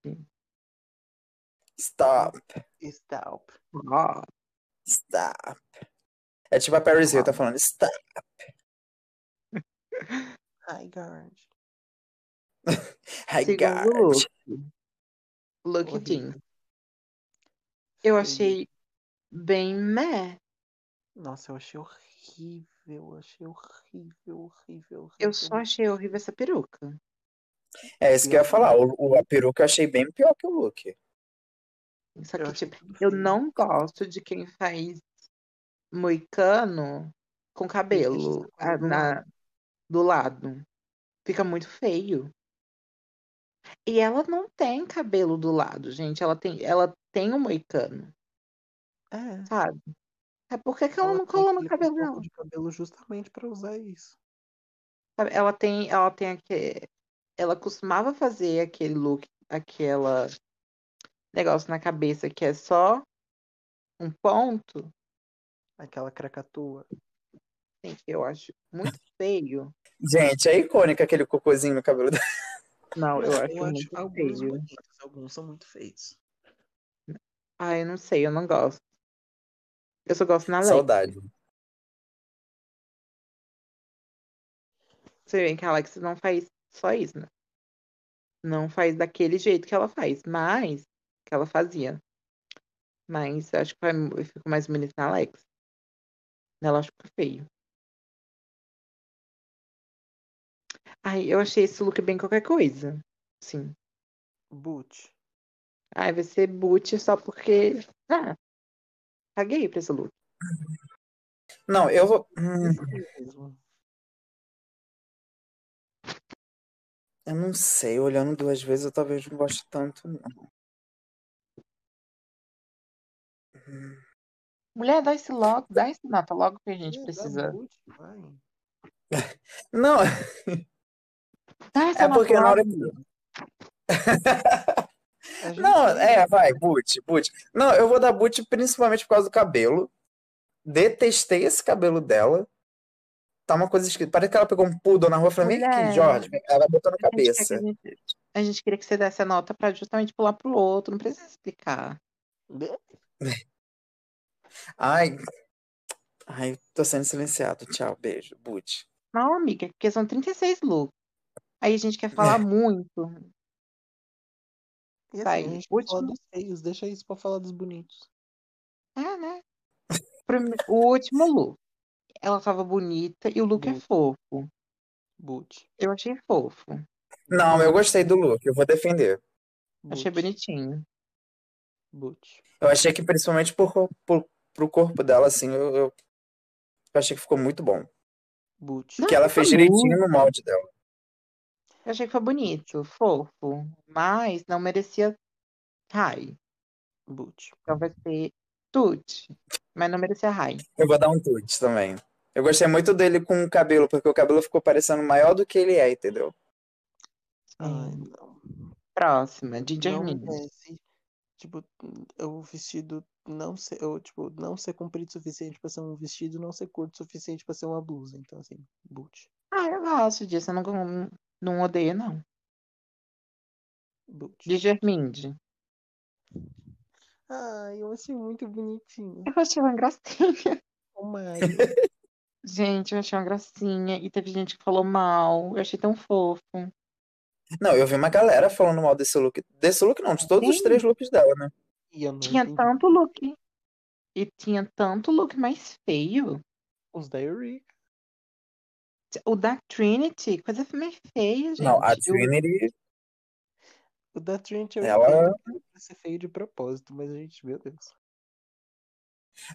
C: Stop,
A: Stop.
B: Ó,
C: stop. É tipo a Paris Hill tá falando, stop.
A: Hi, guard.
C: I got
B: segundo look. Look
A: Horrível.
B: jeans. Eu
A: Feio.
B: achei bem meh.
A: Nossa, eu achei horrível, achei horrível, horrível, horrível.
B: Eu só achei horrível essa peruca.
C: É isso que eu ia falar. O, o- a peruca eu achei bem pior que o look.
B: Só
A: Eu
B: que,
A: achei
B: tipo,
A: tudo
B: eu
A: feio.
B: não gosto de quem faz moicano com cabelo
A: essa coisa
B: ah,
A: do
B: na-
A: lado.
B: do lado. Fica muito feio. E ela não tem cabelo do lado, gente. Ela tem, ela tem um moicano,
A: É.
B: sabe? É por que, que ela,
A: tem
B: não colou no
A: aquele
B: cabelo
A: cotoco
B: dela?
A: de cabelo justamente pra usar isso.
B: sabe? Ela tem, ela tem aquele, ela costumava fazer aquele look, aquela negócio na cabeça que é só um ponto,
A: Aquela cracatua.
B: assim, que eu acho muito feio.
C: Gente, é icônico aquele cocôzinho no cabelo dela.
B: Não, eu
A: Não,
B: acho muito
A: alguns
B: feio.
A: bonitos, alguns são muito feios.
B: Ah, eu não sei, eu não gosto. Eu só gosto na Alex.
C: (laughs) Saudade.
B: Você vê que a Alex não faz só isso, né? Não faz daquele jeito que ela faz, mas que ela fazia. Mas eu acho que vai, ficou mais bonito na Alex. Nela acho que fica feio. Ai, eu achei esse look bem qualquer coisa. Sim.
A: Boot.
B: Ai, vai ser boot só porque. Ah, paguei pra esse look.
C: Não, eu vou. hum, eu não sei, olhando duas vezes eu talvez não goste tanto, não. Hum,
B: Mulher, dá esse logo, dá esse nota logo que a gente
A: Não, dá
B: precisa.
A: boot, vai.
C: Não,
B: Dá essa
C: é porque
B: nota
C: na
B: logo.
C: hora que.
A: A gente
C: Não,
A: tem-
C: é, vai, boot, boot. Não, eu vou dar boot principalmente por causa do cabelo. Detestei esse cabelo dela. Tá uma coisa esquisita. Parece que ela pegou um poodle na rua e falou: Vem aqui,
B: Mulher.
C: Jorge. Ela botou na
B: A gente quer que
C: cabeça.
B: a gente- A gente queria que você desse a nota pra justamente pular pro outro, não precisa explicar.
C: Ai, ai, tô sendo silenciado. Tchau, beijo, boot.
B: Não, amiga, porque são 36 looks. Aí a gente quer
C: É.
B: falar muito.
A: E assim,
B: Vai,
A: a gente vai falar
B: último.
A: dos feios, deixa isso pra falar dos bonitos.
B: É, né? Prime- O último look. Ela tava bonita e o look é
A: Bonito.
B: fofo.
A: Boot.
B: Eu achei fofo.
C: Não, eu gostei do look, eu vou defender.
B: Achei
A: Boot.
B: bonitinho.
A: Boot.
C: Eu achei que principalmente por, cor- por, pro corpo dela, assim, eu, eu- eu achei que ficou muito bom.
A: Boot.
B: Não,
C: Que ela
B: ficou
C: fez direitinho
B: muito.
C: no molde dela.
B: Eu achei que foi bonito, fofo. Mas não merecia high.
A: Boot.
B: Então vai ser tut. Mas não merecia high.
C: Eu vou dar um tute também. Eu gostei muito dele com o cabelo, porque o cabelo ficou parecendo maior do que ele é, entendeu?
A: Ai,
B: Sim.
A: não.
B: Próxima, Ginger
A: Não
B: Mingus.
A: merece. Tipo, é o vestido não ser, ou, tipo, não ser comprido o suficiente pra ser um vestido, não ser curto o suficiente pra ser uma blusa. Então, assim, boot.
B: Ah, eu gosto disso. Eu não, não odeio, não.
A: Boot.
B: Ginger Mindy.
A: Ai, eu achei muito bonitinho.
B: Eu achei uma gracinha.
A: O Mario.
B: (laughs) Gente, eu achei uma gracinha. E teve gente que falou mal. Eu achei tão fofo.
C: Não, eu vi uma galera falando mal desse look. Desse look não, de todos os
B: Sim.
C: três looks dela, né?
A: E eu não
B: Tinha
A: entendi.
B: tanto look. E tinha tanto look mais feio.
A: Os da Eureka.
B: O da Trinity, coisa mais feia, gente.
C: Não, a
B: Eu-
C: Trinity,
A: O da Trent eu
C: ela.
A: entendo pra ser feio de propósito, mas a gente, meu Deus.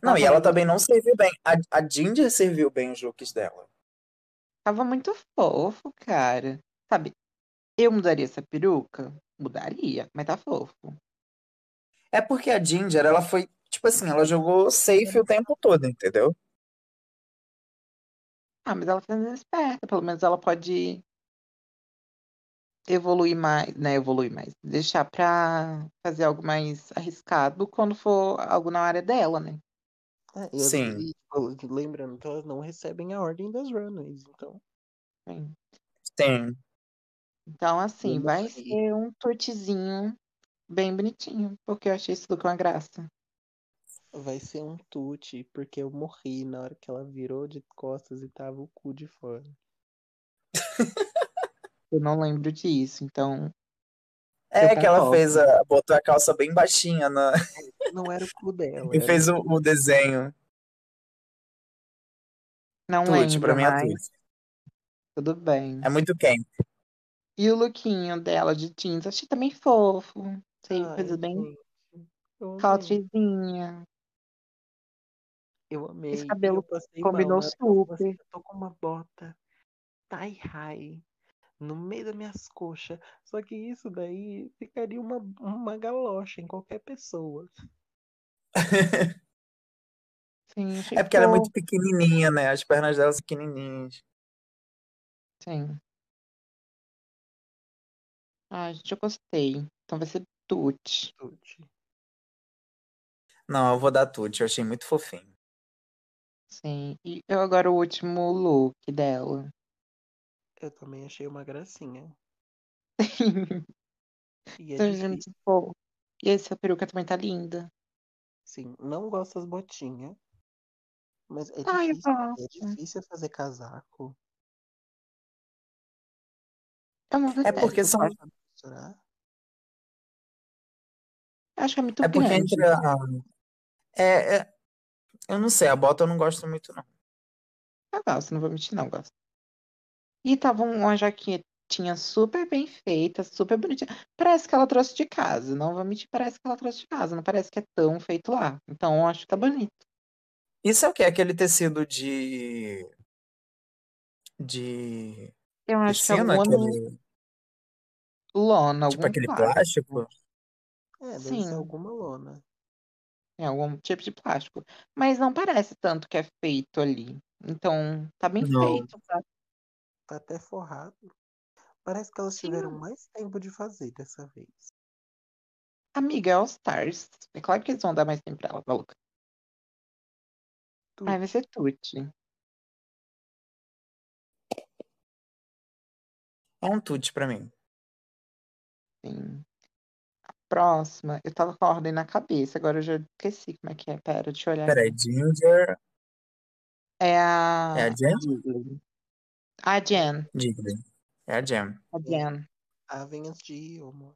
C: Não, e
B: Nossa,
C: ela
B: mas
C: também não serviu bem. A, a Ginger serviu bem os looks dela.
B: Tava muito fofo, cara. Sabe, eu mudaria essa peruca? Mudaria, mas tá fofo.
C: É porque a Ginger, ela foi, tipo assim, ela jogou safe o tempo todo, entendeu?
B: Ah, mas ela tá sendo esperta. Pelo menos ela pode evoluir mais, né? Evoluir mais. Deixar pra fazer algo mais arriscado quando for algo na área dela, né?
A: É, e,
C: Sim.
A: e, tipo, lembrando que elas não recebem a ordem das runaways, então.
B: Sim.
C: Sim.
B: Então, assim,
A: Vamos
B: vai
A: aí.
B: ser um tortezinho bem bonitinho, porque eu achei isso do que uma graça.
A: Vai ser um tute, porque eu morri na hora que ela virou de costas e tava o cu de fora.
B: Eu não lembro disso, então
C: É
B: Eu
C: que ela
B: concordo.
C: fez a. Botou a calça bem baixinha na,
A: Não era o cu dela.
C: (laughs) e
A: era-
C: fez o, o desenho.
B: não
C: Tude,
B: lembro
C: pra mim é
B: mais.
C: tudo.
B: Tudo bem.
C: É muito quente.
B: E o lookinho dela de jeans, achei também fofo. Sei,
A: Ai,
B: coisa bem
A: gente, Eu amei.
B: caltrizinha.
A: Eu amei.
B: Esse cabelo
A: eu passei mal,
B: combinou
A: né? Eu falei assim,
B: super.
A: Eu tô com uma bota tie-high no meio das minhas coxas. Só que isso daí ficaria uma, uma galocha em qualquer pessoa.
B: Sim, achei
C: É porque ela é muito
B: fofo,
C: pequenininha, né? As pernas dela são pequenininhas.
B: Sim. Ai, gente, eu gostei. Então vai ser tute.
A: Tute.
C: Não, eu vou dar tudo. Eu achei muito fofinho.
B: Sim. E eu agora o último look dela.
A: Eu também achei uma
B: (laughs)
A: gracinha. E é
B: Então,
A: difícil.
B: gente, fofo. E essa peruca também tá linda.
A: Sim, não gosto das botinhas. Mas é
B: Ai, eu
A: difícil, é
B: gosto.
A: difícil fazer casaco.
B: Eu não
C: É
B: detesto.
C: porque
B: eu
C: são,
B: gosto.
A: Será?
B: Eu acho que é muito
C: É porque
B: grande.
C: entre a. É, é- Eu não sei, a bota eu não gosto muito, não.
B: Eu gosto, não vou mentir, não, gosto. E tava um, uma jaquetinha super bem feita, super bonitinha. Parece que ela trouxe de casa, não vou mentir, parece que ela trouxe de casa, não parece que é tão feito lá. Então eu acho que tá bonito.
C: Isso é o quê? Aquele tecido de. De.
B: Eu acho que é
C: Piscina?
B: alguma
C: Aquele...
B: lona,
C: Tipo
B: algum
C: aquele
B: plástico,
C: plástico?
A: É, deve
B: Sim.
A: ser alguma lona.
B: é algum tipo de plástico. Mas não parece tanto que é feito ali. Então tá bem
C: Não.
B: feito, tá?
A: Tá até forrado. Parece que elas
B: Sim.
A: tiveram mais tempo de fazer dessa vez.
B: Amiga, é All Stars. É claro que eles vão dar mais tempo pra ela, tá louca?
A: Tudo.
B: Ai, vai ser Tutti.
C: É um tute pra mim.
B: Sim. A próxima, eu tava com a ordem na cabeça, agora eu já esqueci como é que é. Pera, deixa eu olhar.
C: Peraí, Ginger.
B: É a.
C: É a Jen?
B: Digley. A Jen.
C: Digley. É a Jen.
B: A Jen.
A: Ah, vem antes de eu, amor.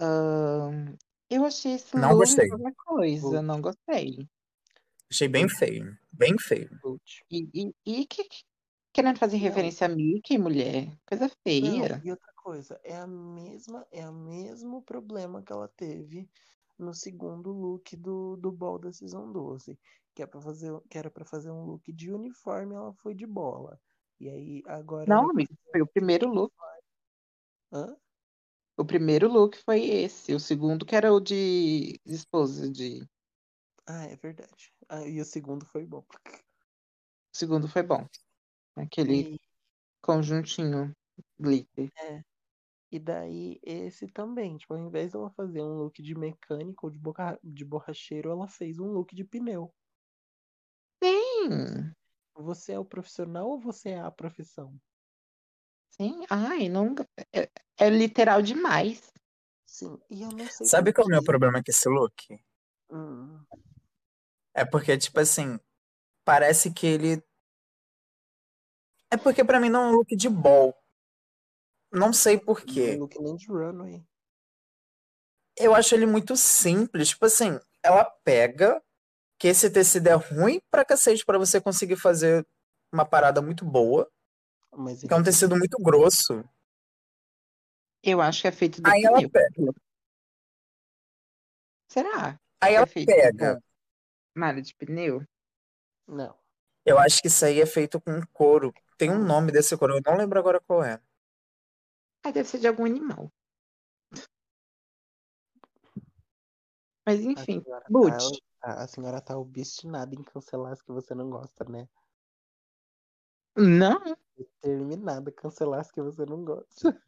B: Ahn, eu achei esse
C: Não
B: look
C: gostei.
B: uma coisa, não gostei.
C: Achei
B: Hum.
C: bem feio. Bem feio.
B: E, e, e que, que- querendo fazer
A: Não.
B: referência a Mickey, mulher. Coisa
A: Não,
B: feia.
A: e outra coisa, é a mesma, é o mesmo problema que ela teve no segundo look do, do Ball da Season 12, que, é pra fazer, que era pra fazer um look de uniforme, ela foi de bola. E aí agora
B: Não,
A: ela-
B: amiga, foi o primeiro look.
A: Hã?
B: O primeiro look foi esse. O segundo que era o de de esposa de.
A: Ah, é verdade. Ah, e o segundo foi bom.
B: O segundo foi bom. Aquele
A: E,
B: conjuntinho glitter.
A: e daí esse também, tipo, ao invés dela fazer um look de mecânico ou de, boca, de borracheiro, ela fez um look de pneu.
B: Sim,
A: Você é o profissional ou você é a profissão?
B: sim. Ai, não. É, é literal demais.
A: Sim, e eu não sei
C: Sabe
A: por
C: qual é o meu
A: quê.
C: problema com esse look?
A: Hum.
C: É porque, tipo assim, parece que ele. É porque pra mim não é um look de ball. Não sei por
A: Um
C: quê.
A: look nem de runway.
C: Eu acho ele muito simples. Tipo assim, ela pega que esse tecido é ruim pra cacete pra você conseguir fazer uma parada muito boa.
A: Mas
C: Que é um
A: ele-
C: tecido muito grosso.
B: Eu acho que é feito do
C: Aí ela
B: pneu.
C: pega.
B: Será?
C: Aí
B: que
C: ela
B: é feito
C: pega.
B: com malha de pneu?
A: Não.
C: Eu acho que isso aí é feito com couro. Tem um nome desse couro, eu não lembro agora qual é.
B: Ah, deve ser de algum animal. Mas
A: A
B: enfim,
A: senhora,
B: Butch.
A: tá, a senhora tá obstinada em cancelar as que você não gosta, né?
B: Não,
A: Determinada a cancelar as que você não gosta.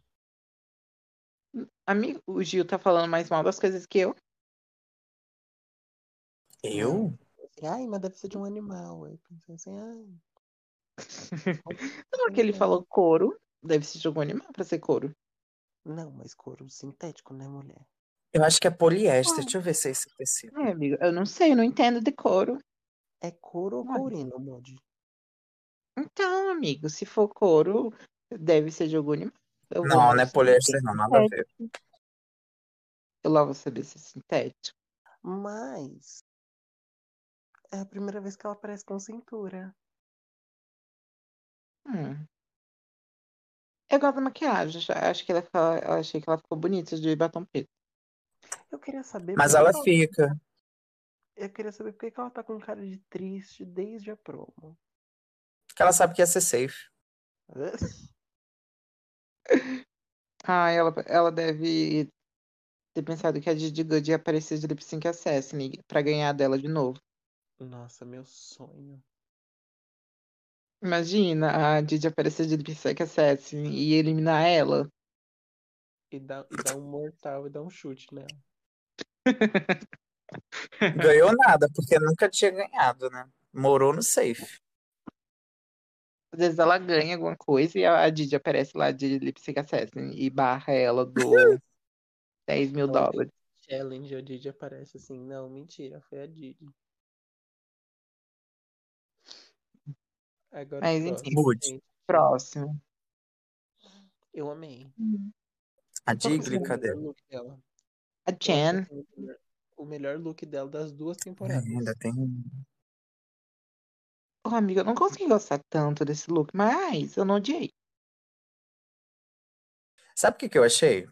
B: amigo, o Gil tá falando mais mal das coisas que eu.
C: Eu?
A: Assim, Ai, mas deve ser de um animal. Aí eu pensei assim, ai.
B: Não, é que ele falou couro. Deve ser de algum animal pra ser couro.
A: Não, mas couro sintético, né, mulher?
C: Eu acho que é poliéster.
B: Ué.
C: Deixa eu ver se é esse tecido.
B: É, amigo, eu não sei, eu não entendo de couro.
A: É couro ou
B: Olha.
A: courino, Mod?
B: Então, amigo, se for couro, deve ser de algum animal. Eu vou
C: Não, não é
B: saber.
C: poliéster, não, nada a ver.
B: Eu lá vou saber se é sintético.
A: Mas. É a primeira vez que ela aparece com cintura.
B: Hum. Eu gosto da maquiagem, já- acho que ela ficou- eu achei que ela ficou bonita de batom preto.
A: Eu queria saber.
C: Mas
A: por que
C: ela
A: que
C: fica.
A: Eu queria saber por que que ela tá com cara de triste desde a promo. (laughs)
C: Porque ela sabe que ia ser safe.
B: Ah, ela, ela deve ter pensado que a Didi Good ia aparecer de lip sync assassin pra ganhar dela de novo.
A: Nossa, meu sonho.
B: Imagina a Didi aparecer de lip sync assassin e eliminar ela.
A: E dá, e dá um mortal e dá um chute nela.
C: Ganhou nada, porque nunca tinha ganhado, né? Morou no safe.
B: Às vezes ela ganha alguma coisa e a a Didi aparece lá de lip sync assassin e barra ela do 10 mil
A: Ela tem-
B: dólares.
A: Challenge, a Didi aparece assim. Não, mentira, foi a Didi. Agora
B: Mas,
A: o
B: enfim.
A: próximo,
C: Good.
A: gente.
B: Próximo.
A: Eu amei.
C: A Digley, cadê?
A: O melhor look dela.
B: A Jen.
A: O melhor look dela das duas
C: É,
A: temporadas.
C: ainda tem.
B: Porra, amiga, eu não consegui gostar tanto desse look, mas eu não odiei.
C: Sabe o que, que eu achei?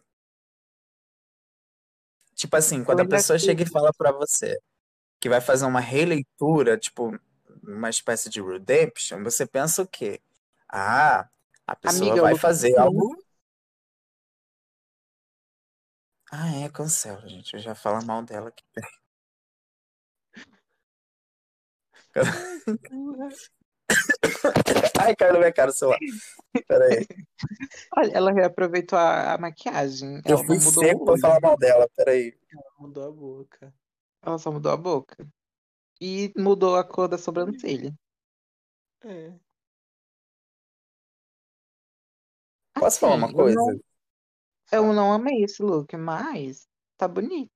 C: Tipo assim, quando a
B: Olha
C: pessoa
B: aqui.
C: chega e fala pra você que vai fazer uma releitura, tipo, uma espécie de redemption, você pensa o quê? Ah, a pessoa
B: Amiga,
C: vai
B: eu-
C: fazer algo. Ah, é, cancela, gente. Eu já falo mal dela aqui. Ai, caiu na minha cara
B: (laughs)
C: o celular. Peraí.
B: Olha, ela reaproveitou a, a maquiagem.
C: Eu
B: Ela não
C: fui
B: mudou o
C: seco pra
B: olho,
C: falar mal dela, peraí.
A: Mudou a boca.
B: Ela só mudou a boca. E mudou a cor da sobrancelha.
A: É.
C: Posso falar uma
B: Assim,
C: coisa?
B: Eu não, eu não amei esse look, mas tá bonito.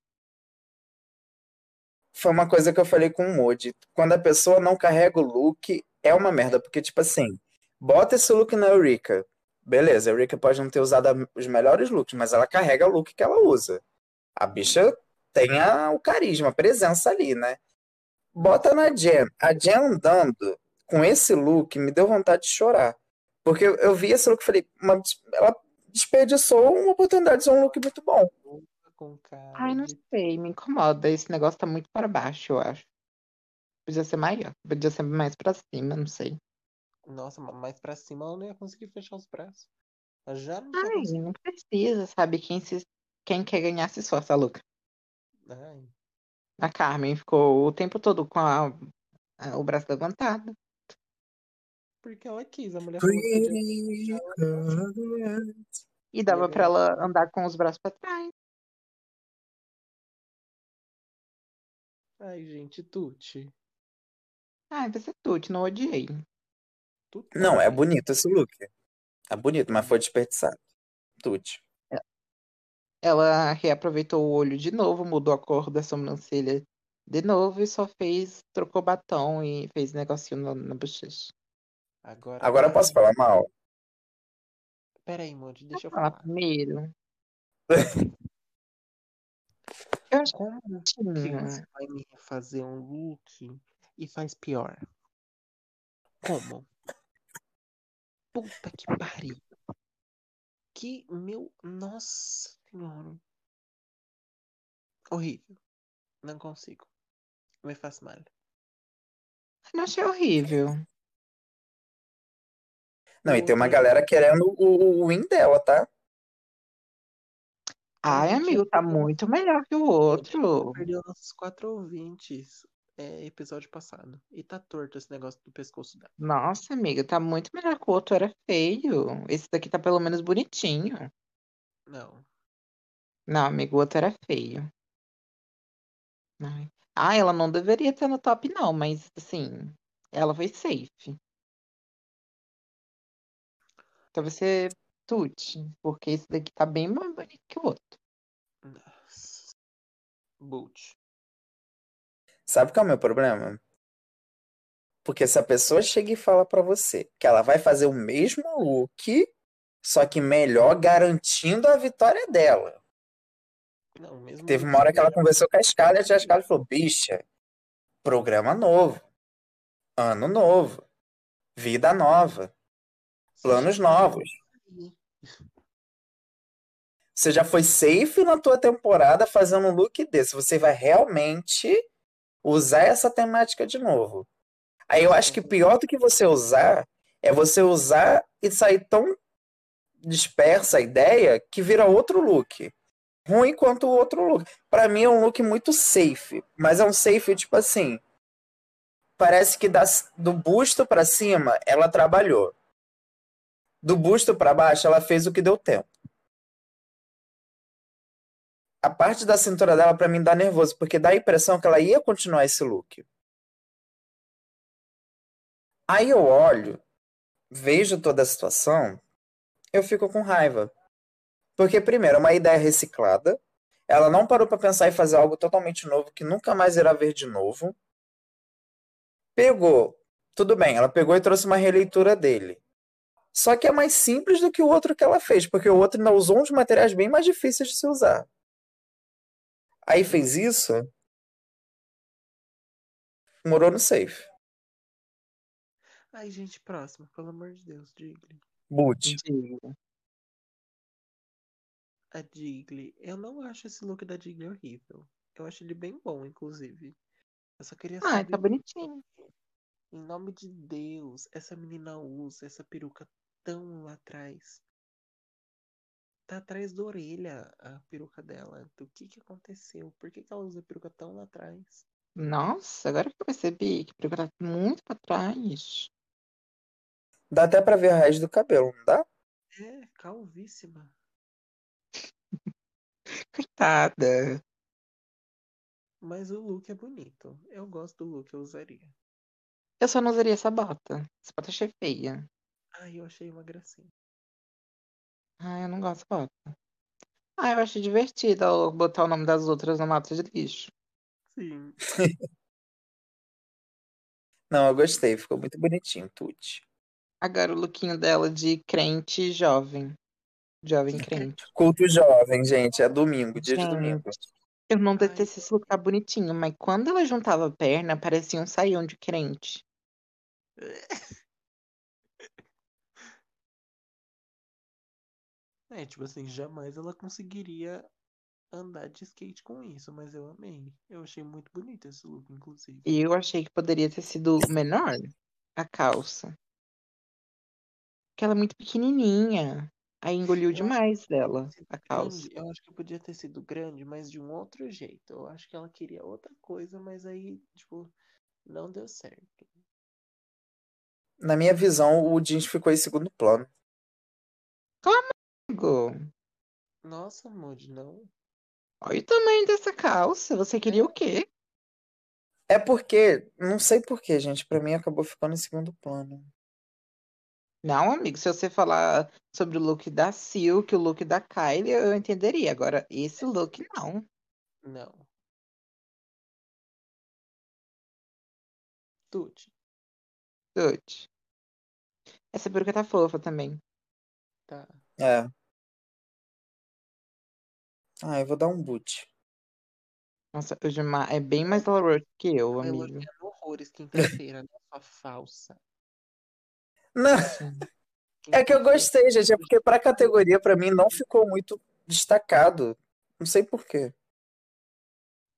C: Foi uma coisa que eu falei com o Moody. Quando a pessoa não carrega o look, é uma merda. Porque, tipo assim, bota esse look na Eureka. Beleza, a Eureka pode não ter usado a- os melhores looks, mas ela carrega o look que ela usa. A bicha tem a- o carisma, a presença ali, né? Bota na Jen. A Jen andando com esse look me deu vontade de chorar. Porque eu, eu vi esse look e falei, "Uma des- ela desperdiçou uma oportunidade de ser um look muito bom.
A: Com cara.
B: Ai, não
A: de-
B: sei, me incomoda. Esse negócio tá muito para baixo, eu acho. Podia ser maior, podia ser mais pra cima, não sei.
A: Nossa, ma- mais pra cima ela não ia conseguir fechar os braços. Ela já não tá
B: Ai,
A: conseguindo.
B: não precisa, sabe? Quem, se, quem quer ganhar se esforça, Luca.
A: Ai,
B: A Carmen ficou o tempo todo com a- a- o braço levantado.
A: porque ela quis. A mulher falou que podia fechar ela pra baixo.
B: E dava
A: Legal.
B: pra ela andar com os braços pra trás.
A: Ai, gente, Tuti.
B: Ai, você tute, não odiei.
A: Tuti.
C: Não, é bonito esse look. É bonito, mas foi desperdiçado. Tudo.
B: Ela reaproveitou o olho de novo, mudou a cor da sobrancelha de novo e só fez, trocou batom e fez negocinho na, na bochecha.
A: Agora,
C: Agora eu posso falar mal?
A: Pera aí, Monte, deixa eu
B: Fala
A: falar.
B: primeiro. Eu acho
A: Como
B: que
A: que
B: tinha.
A: você vai me refazer um look e faz pior? Como? Puta que pariu. Que meu. Nossa senhora. Horrível. Não consigo. Me faz mal.
B: Eu não achei horrível.
C: Não, e tem uma
A: Sim.
C: galera querendo o, o- o win dela, tá?
B: Ai,
A: gente,
B: amigo, tá
A: eu-
B: muito melhor que o
A: Você
B: outro.
A: Perdeu nossos quatro ouvintes é, episódio passado. E tá torto esse negócio do pescoço dela.
B: Nossa, amiga, tá muito melhor que o outro, era feio. Esse daqui tá pelo menos bonitinho.
A: Não.
B: Não, amigo, o outro era feio. Ai. Ah, ela não deveria estar no top, não, mas assim, ela foi safe. Talvez você tute, porque esse daqui tá bem mais bonito que o outro.
A: Nossa. Boot.
C: Sabe qual é o meu problema? Porque se a pessoa chega e fala pra você que ela vai fazer o mesmo look, só que melhor, garantindo a vitória dela.
A: Não, mesmo.
C: Teve
A: look
C: uma hora que ela
A: melhor.
C: conversou com a Scarlett e a Scarlett falou: bicha, programa novo, ano novo, vida nova, planos novos. Você já foi safe na tua temporada fazendo um look desse. Você vai realmente usar essa temática de novo. Aí eu acho que pior do que você usar é você usar e sair tão dispersa a ideia que vira outro look. Ruim quanto o outro look. Pra mim é um look muito safe, mas é um safe tipo assim, parece que das- do busto pra cima ela trabalhou. Do busto pra baixo ela fez o que deu tempo. a parte da cintura dela pra mim dá nervoso, porque dá a impressão que ela ia continuar esse look. Aí eu olho, vejo toda a situação, eu fico com raiva. Porque primeiro, é uma ideia reciclada, ela não parou pra pensar em fazer algo totalmente novo que nunca mais irá ver de novo. Pegou, tudo bem, ela pegou e trouxe uma releitura dele. Só que é mais simples do que o outro que ela fez, porque o outro ainda usou uns materiais bem mais difíceis de se usar. Aí fez isso, morou no safe.
A: Ai, gente, próximo, pelo amor de Deus, Digli.
C: Boot.
A: A Digli. Eu não acho esse look da Digli horrível. Eu acho ele bem bom, inclusive. Eu só queria
B: Ah, tá
A: saber,
B: bonitinho.
A: em nome de Deus, essa menina usa essa peruca tão lá atrás. Tá atrás da orelha a peruca dela. O que que aconteceu? Por que que ela usa a peruca tão lá atrás?
B: Nossa, agora que eu percebi que preparado muito pra trás.
C: Dá até pra ver a raiz do cabelo, não dá?
A: É, calvíssima.
B: Coitada.
A: Mas o look é bonito. Eu gosto do look, eu usaria.
B: Eu só não usaria essa bota. Essa bota achei feia.
A: Ai, eu achei uma gracinha.
B: Ah, eu não gosto dessa bota. Ah, eu achei divertido ela botar o nome das outras na mata de lixo.
A: Sim.
C: Não, eu gostei, ficou muito bonitinho, Tuti.
B: Agora o lookinho dela de crente jovem. Jovem crente.
C: Culto jovem, gente, é domingo, dia de
B: Gente.
C: domingo.
B: Eu não
A: Ai,
B: detestei esse look, tá bonitinho, mas quando ela juntava a perna, parecia um saião de crente.
A: É, tipo assim, jamais ela conseguiria andar de skate com isso, mas eu amei. Eu achei muito bonito esse look, inclusive.
B: E eu achei que poderia ter sido menor a calça. Porque ela é muito pequenininha. Aí engoliu
A: Eu acho que
B: demais dela
A: Esse
B: a calça.
A: grande, eu acho que podia ter sido grande, mas de um outro jeito. Eu acho que ela queria outra coisa, mas aí, tipo, não deu certo.
C: Na minha visão, o jeans ficou em segundo plano.
B: Amigo,
A: Nossa, Moody, não.
B: Olha o tamanho dessa calça. Você queria o quê?
C: É porque, não sei porquê, gente, pra mim acabou ficando em segundo plano.
B: Não, amigo, se você falar sobre o look da Silk, o look da Kylie, eu entenderia. Agora, esse look não.
A: Não. Tuti,
B: Dude. Essa peruca tá fofa também.
A: tá.
C: É. Ah, eu vou dar um boot.
B: Nossa, o Gilmar é bem mais valoroso que eu,
A: Vai
B: amigo.
A: elogiando horrores quinta-feira, né? Sua falsa.
C: Não, é que eu
A: Quinta-feira.
C: gostei, gente, é porque pra categoria, pra mim, não ficou muito destacado. Não sei porquê.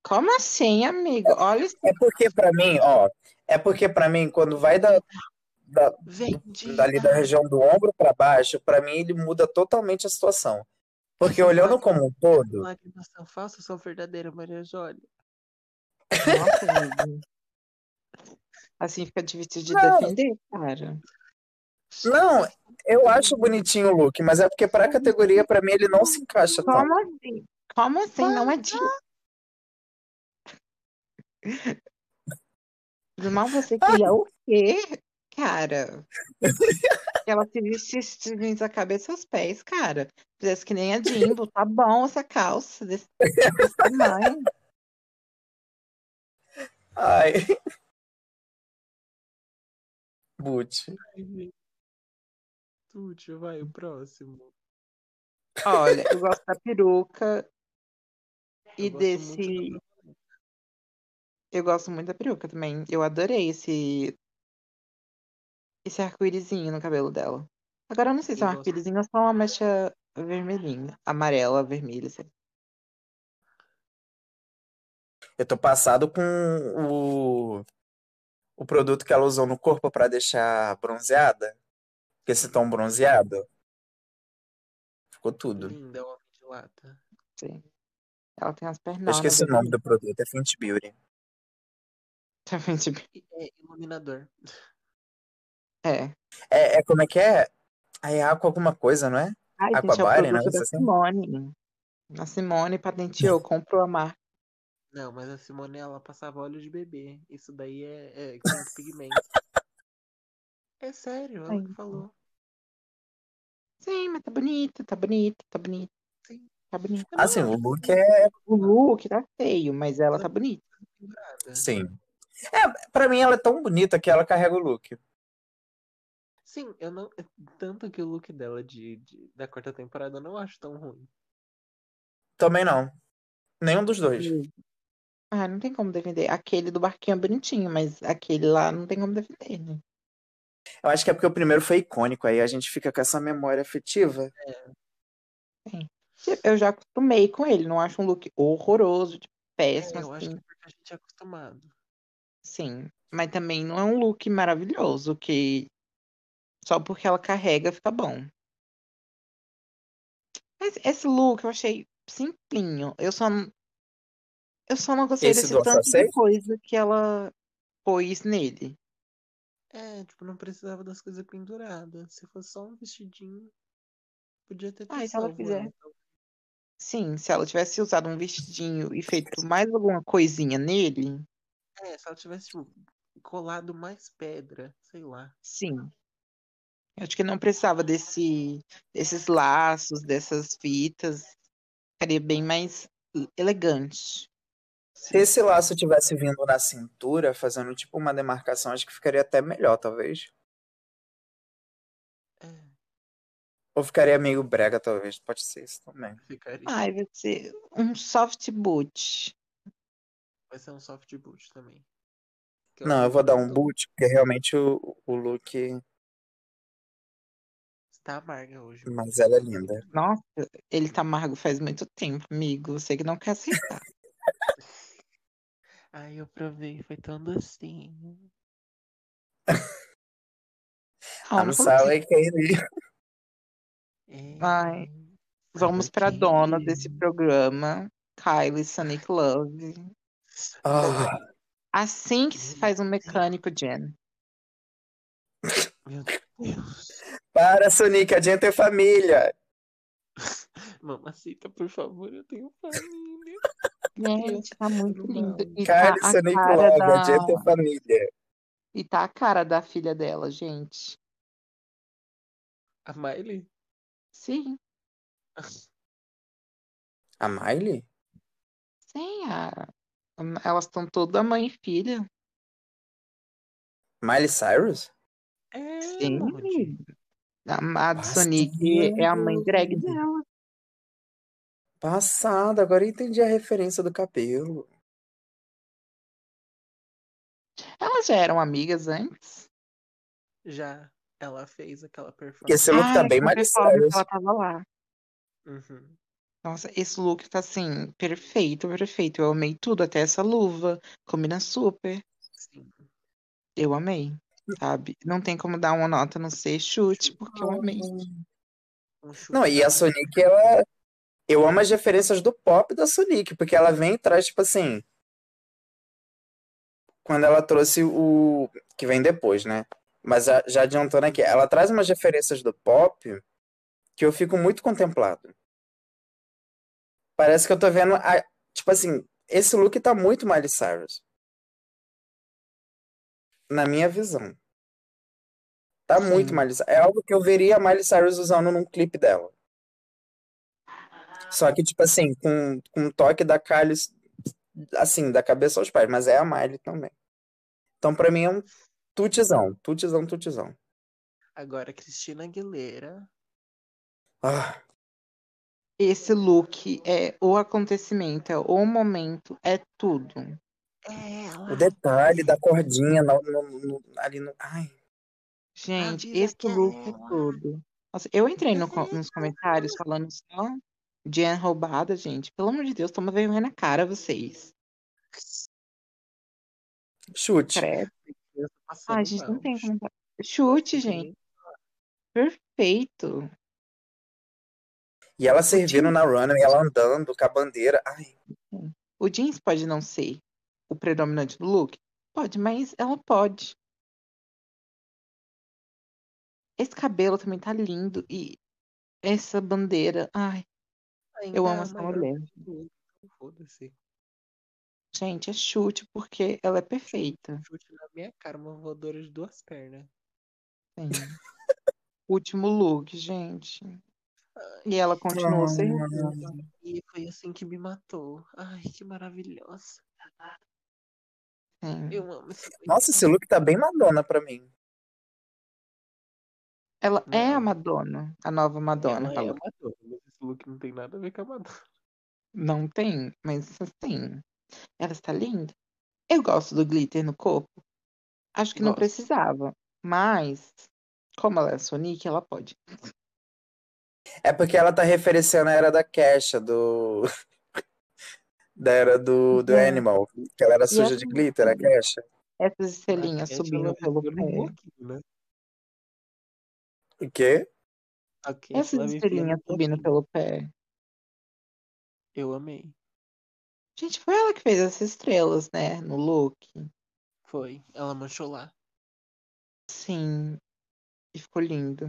B: Como assim, amigo? Olha isso.
C: É porque pra mim, ó, é porque pra mim, quando vai da, da,
A: Vendida.
C: dali da região do ombro pra baixo, pra mim ele muda totalmente a situação. Porque olhando como um todo,
A: Lágrimas são falsas, são verdadeiras, Maria Jolie.
B: Nossa, amigo. Assim fica difícil de
C: Não.
B: defender, cara.
C: não, eu acho bonitinho o look, mas é porque pra categoria, pra mim ele não se encaixa tanto.
B: Como assim? Como assim? Não é de. é. (laughs) Gilmar, você queria o quê, Ah. (laughs) cara? Que Ela se vestisse de jeans a cabeça e aos pés, cara. Fizesse que nem a Jimbo, tá bom essa calça desse, desse tamanho.
C: Ai. (laughs) Boot.
A: Tuti, Uhum. vai, o próximo.
B: Olha, eu gosto da peruca e
A: Eu gosto muito
B: desse. Eu gosto muito da peruca também. Eu adorei esse. Esse arco-írisinho no cabelo dela. Agora eu não sei se é
A: Eu
B: um
A: gosto.
B: arco-írisinho ou só uma mancha vermelhinha. Amarela, vermelha, sei lá.
C: Eu tô passado com o, o produto que ela usou no corpo pra deixar bronzeada. Esse tom bronzeado. Ficou tudo.
A: Linda, homem de lata.
B: Sim. Ela tem as pernas. assim.
C: Eu esqueci o
B: (laughs)
C: nome do produto, é Fenty Beauty.
A: E- É iluminador.
B: É.
C: É, é como é que é? Ah, É água alguma coisa, não é?
B: Ai, gente, é o
C: Aquabaria, né?
B: produto da
C: Assim?
B: Simone. A Simone patenteou, comprou a marca.
A: Não, mas a Simone, ela passava óleo de bebê. Isso daí é, é com pigmento. É sério, ela que
B: Ai,
A: falou.
B: Sim, mas tá bonito, tá bonito, tá bonito.
A: Sim.
B: Tá bonito.
A: Não,
C: Assim, o
A: ela
C: look
A: não
C: é.
B: O look tá feio, mas ela tá bonita.
A: tá
C: assim.
A: pendurada.
C: Sim. É, pra mim ela é tão bonita que ela carrega o look.
A: Sim, eu não. Tanto que o look dela de, de- da quarta temporada eu não acho tão ruim.
C: Também não. Nenhum dos dois.
B: Ah, não tem como defender. Aquele do barquinho é bonitinho, mas aquele lá não tem como defender, né?
C: Eu acho que é porque o primeiro foi icônico, aí a gente fica com essa memória afetiva.
B: Eu já acostumei com ele, não acho um look horroroso, tipo,
A: É,
B: péssimo,
A: eu acho
B: assim.
A: que é porque a gente é acostumado.
B: Sim. Mas também não é um look maravilhoso, que só porque ela carrega fica bom. Mas esse look eu achei simplinho. Eu só não, eu só não gostei
C: Esse
B: desse
C: do
B: tanto de
C: assassino?
B: coisa que ela pôs nele.
A: É, tipo, não precisava das coisas penduradas. Se fosse só um vestidinho, podia ter
B: Ah,
A: ter
B: e se ela
A: salvo
B: fizer?
A: ela.
B: Sim, se ela tivesse usado um vestidinho e feito mais alguma coisinha nele,
A: É, se ela tivesse, tipo, colado mais pedra, sei lá.
B: sim. Eu acho que não precisava desse, desses laços, dessas fitas. Ficaria bem mais elegante.
C: Se esse laço tivesse vindo na cintura, fazendo tipo uma demarcação, acho que ficaria até melhor, talvez.
A: É,
C: Ou ficaria meio brega, talvez. Pode ser isso também.
A: ficaria.
B: Ai, vai ser um soft boot.
A: Vai ser um soft boot também. Que é
C: Não,
A: acho
C: eu vou dar um
A: muito-
C: boot, porque realmente o, o look.
A: Está Tá amarga hoje.
C: Mas ela é linda.
B: Nossa, ele tá amargo faz muito tempo, amigo. Você que não quer aceitar.
A: Ai, eu provei, foi tão docinho.
B: Não,
C: I'm
B: não vamos,
C: sorry, Katie.
A: É,
B: Ai, vamos
A: por
B: pra
A: quê?
B: dona desse
A: (laughs)
B: programa, Kylie Sonic Love.
C: (laughs) Ah,
B: Assim que se faz um mecânico, Jen.
A: Meu Deus.
C: para, Sonic, adianta ter família.
A: Mamacita, por favor, eu tenho família.
B: Gente, tá muito
A: Não.
B: lindo. E tá
C: Kylie
B: a
C: Sonic
B: cara
C: Love,
B: da...
C: adianta ter família.
B: E tá a cara da filha dela, gente.
A: A Miley? (laughs)
B: Sim,
C: A Miley?
B: sim. a- Elas estão toda mãe e filha.
C: Miley Cyrus?
A: É,
B: Sim.
A: Moody.
B: A, a do Sonic é a mãe drag dela.
C: Passado, agora eu entendi a referência do cabelo.
B: Elas já eram amigas antes?
A: Já ela fez aquela
C: Porque
A: performance.
C: esse look tá
B: Ah,
C: bem
B: aquela
C: Miley
B: performance que
C: Cyrus.
B: Ela tava lá.
A: Uhum.
B: Nossa, esse look tá assim, perfeito, perfeito. Eu amei tudo, até essa luva. Combina super.
A: Sim.
B: Eu amei, sabe? Não tem como dar uma nota a não ser chute, porque eu amei.
A: Um chute
C: Não, e a
A: pra-
C: Sonic, ela. Eu amo as referências do pop da Sonic, porque ela vem e traz, tipo assim. Quando ela trouxe o. Que vem depois, né? Mas a- já adiantando aqui, ela traz umas referências do pop que eu fico muito contemplado. Parece que eu tô vendo. a- Tipo assim, esse look tá muito Miley Cyrus. Na minha visão. Tá
B: Sim.
C: muito Miley Cyrus. É algo que eu veria a Miley Cyrus usando num clipe dela. Só que, tipo assim, com, com um toque da Kylie, assim, da cabeça aos pés, mas é a Miley também. Então, pra mim, é um tutizão, tutizão, tutizão.
A: Agora, Cristina Aguilera.
C: Ah,
B: Esse look é o acontecimento, é o momento, é tudo.
A: É
C: o
A: ela.
C: detalhe da cordinha no- no- no- ali no... Ai,
B: Gente,
A: Avisa
B: esse
A: que é
B: look é
A: ela.
B: tudo. Nossa, eu entrei no co-
A: Essa é
B: nos comentários falando só Jen roubada, gente. Pelo amor de Deus, toma vergonha na cara vocês.
C: chute.
B: Credo.
A: Eu tô
B: Ai,
A: tá passando
B: gente,
A: mal.
B: não tem comentário. Chute, gente. Perfeito.
C: E ela servindo na runway, ela andando com a bandeira. Ai,
B: O jeans pode não ser o predominante do look? Pode, mas ela pode. Esse cabelo também tá lindo. E essa bandeira. Ai,
A: Ainda é
B: eu amo
A: a
B: é essa
A: maior
B: mulher.
A: do mundo, então Foda-se.
B: Gente, é chute porque ela é perfeita.
A: Chute na minha cara, uma voadora de duas pernas. (laughs)
B: Sim. Último look, gente. E ela continuou
C: Ah.
B: servindo.
A: E foi assim que me matou. Ai, que maravilhosa.
B: Sim.
A: Eu amo essa mulher.
C: nossa, esse look tá bem Madonna pra mim.
B: Ela
A: Não.
B: é a Madonna, a nova Madonna.
A: Ela é
B: falou.
A: a Madonna, mas esse look não tem nada a ver com a Madonna.
B: Não tem, mas assim, ela está linda. Eu gosto do glitter no corpo. Acho que não
A: Gosto.
B: precisava, mas como ela é Sonic, ela pode.
C: É porque ela tá referenciando a era da Kesha, do. (laughs) da era do, do
B: É.
C: Animal. Que Uhum. ela era
B: E
C: suja
B: essa
C: de glitter, a Kesha.
B: Essas estrelinhas
A: A Cat,
B: subindo
A: ela
B: pelo
A: viveu num
B: pé.
A: bloquinho, né?
C: O quê?
A: A Cat,
B: Essas
A: ela um vivia
B: estrelinhas
A: num
B: subindo
A: bloquinho.
B: pelo pé.
A: Eu amei.
B: Gente, foi ela que fez essas estrelas, né? No look.
A: Foi. Ela manchou lá.
B: Sim. E ficou lindo.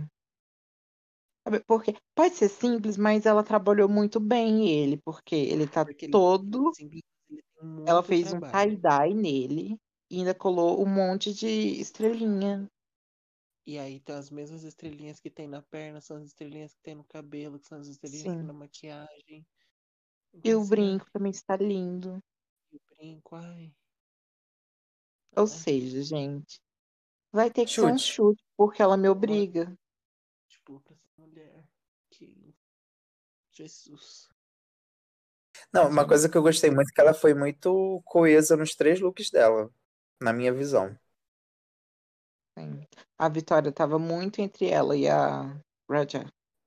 B: Sabe, Porque pode ser simples, mas ela trabalhou muito bem ele, porque ele tá
A: Porque ele-
B: todo.
A: Assim, ele tem
B: Ela
A: muito
B: fez
A: trabalho.
B: um tie-dye nele e ainda colou um monte de estrelinha.
A: E aí tem as mesmas estrelinhas que tem na perna, são as estrelinhas que tem no cabelo, que são as estrelinhas que
B: Sim.
A: tem na maquiagem.
B: E o
A: Assim,
B: brinco também está lindo.
A: ai, o brinco, ai.
B: Ou
A: Ai,
B: seja, gente, vai ter que ser um
C: Chute.
B: chute, porque ela me obriga.
A: Tipo, pra essa mulher. Que... Jesus.
C: Não, uma coisa que eu gostei muito é que ela foi muito coesa nos três looks dela, na minha visão.
B: Sim. A Vitória estava muito entre ela e a Raja.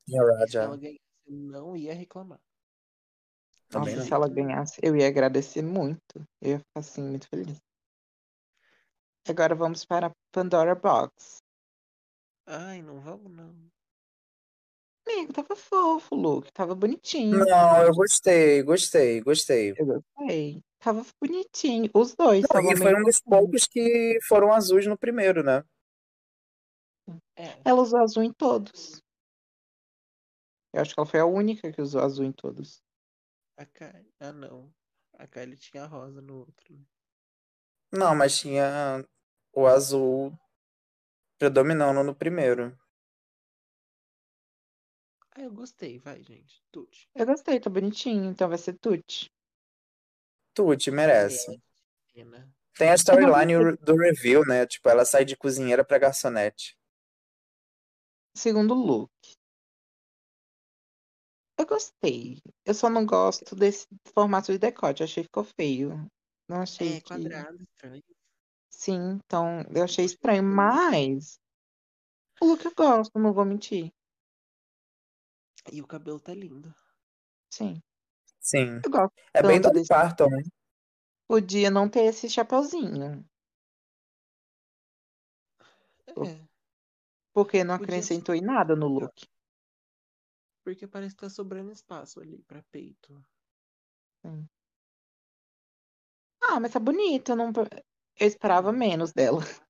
C: E
A: Se
C: a
A: ela
C: Raja
A: ganhasse, eu não ia reclamar.
C: também
B: Nossa,
C: não.
B: se ela ganhasse, eu ia agradecer muito. Eu ia ficar assim, muito feliz. Agora vamos para a Pandora Box.
A: Ai, não vamos não.
B: Amigo, tava fofo o look, tava bonitinho.
C: Não, eu gostei, gostei, gostei.
B: Eu gostei. Tava bonitinho. Os dois
C: Não,
B: estavam
C: e foi
B: meio.
C: um dos poucos que foram azuis no primeiro, né?
A: É,
B: Ela usou azul em todos. Eu acho que ela foi a única que usou azul em todos.
A: a Kylie. Ah, não. A Kylie tinha a rosa no outro. né?
C: Não, mas tinha o azul predominando no primeiro.
A: Ah, eu gostei, vai, gente. Tudo.
B: Eu gostei, tá bonitinho, então vai ser Tutti.
C: Tuti merece.
A: Cena.
C: Tem a
B: Eu
C: storyline do review, né? Tipo, ela sai de cozinheira pra garçonete.
B: Segundo look. Eu gostei. Eu só não gosto desse formato de decote. Eu achei que ficou feio. Não achei
A: É,
B: que.
A: quadrado, estranho.
B: Sim, então eu achei estranho, mas. O look eu gosto, não vou mentir.
A: E o cabelo tá lindo.
B: Sim.
C: Sim.
B: Eu gosto.
C: É bem
B: Tanto
C: do
B: desse-
C: Parton, né?
B: Podia não ter esse chapeuzinho.
C: Uhum.
A: É,
B: Porque
A: Podia
B: não
A: ser.
B: acrescentou em nada no look.
A: porque parece que tá sobrando espaço ali pra peito.
B: Ah, mas tá bonito. Eu, não... eu esperava menos dela. (laughs)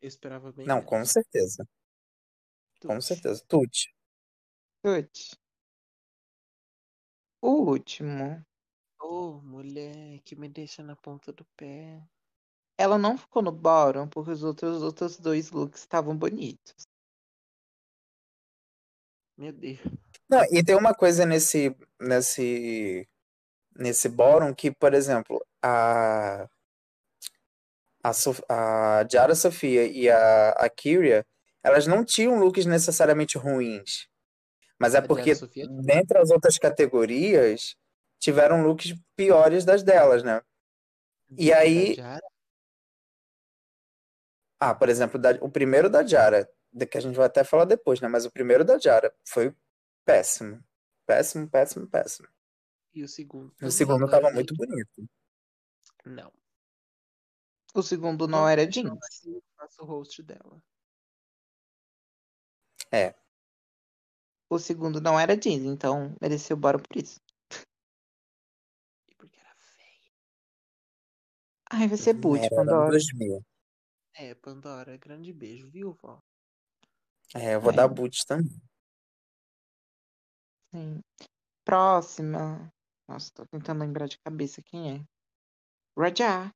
A: Eu esperava bem.
C: Não,
A: menos.
C: com certeza. Com
A: Tudo.
C: certeza. Tuti.
B: Chute. O último.
A: Ô, mulher, que me deixa na ponta do pé.
B: Ela não ficou no bottom porque os outros, os outros dois looks estavam bonitos.
A: Meu Deus.
C: é Não, e tem uma coisa nesse, nesse, nesse bórum que, por exemplo, a, a, Sof- a Jara Sofia e a, a Kyria, elas não tinham looks necessariamente ruins. Mas é
A: A Jara
C: porque,
A: Sofia-
C: dentre as outras categorias, tiveram looks piores das delas, né? E aí-
A: Da Jara?
C: Ah, por exemplo, da- o primeiro da Jara, de- que a gente vai até falar depois, né? Mas o primeiro da Jara foi péssimo. Péssimo, péssimo, péssimo.
A: E o segundo?
C: O
A: Todos
C: segundo
A: agora
C: tava
A: tem-
C: muito bonito.
A: Não. Então,
B: O segundo não era jeans.
A: assim, Eu faço o host dela.
B: O segundo não era jeans, então mereceu o bottom por isso.
A: E porque era feia.
B: Ai, vai ser é boot,
C: Uhum. Era
B: Pandora.
C: 2000.
A: É, Pandora, grande beijo, viu, vó?
C: É, eu vou
B: Ai.
C: dar boot também.
B: Sim. assim, Próxima. Nossa, tô tentando lembrar de cabeça quem é. Raja.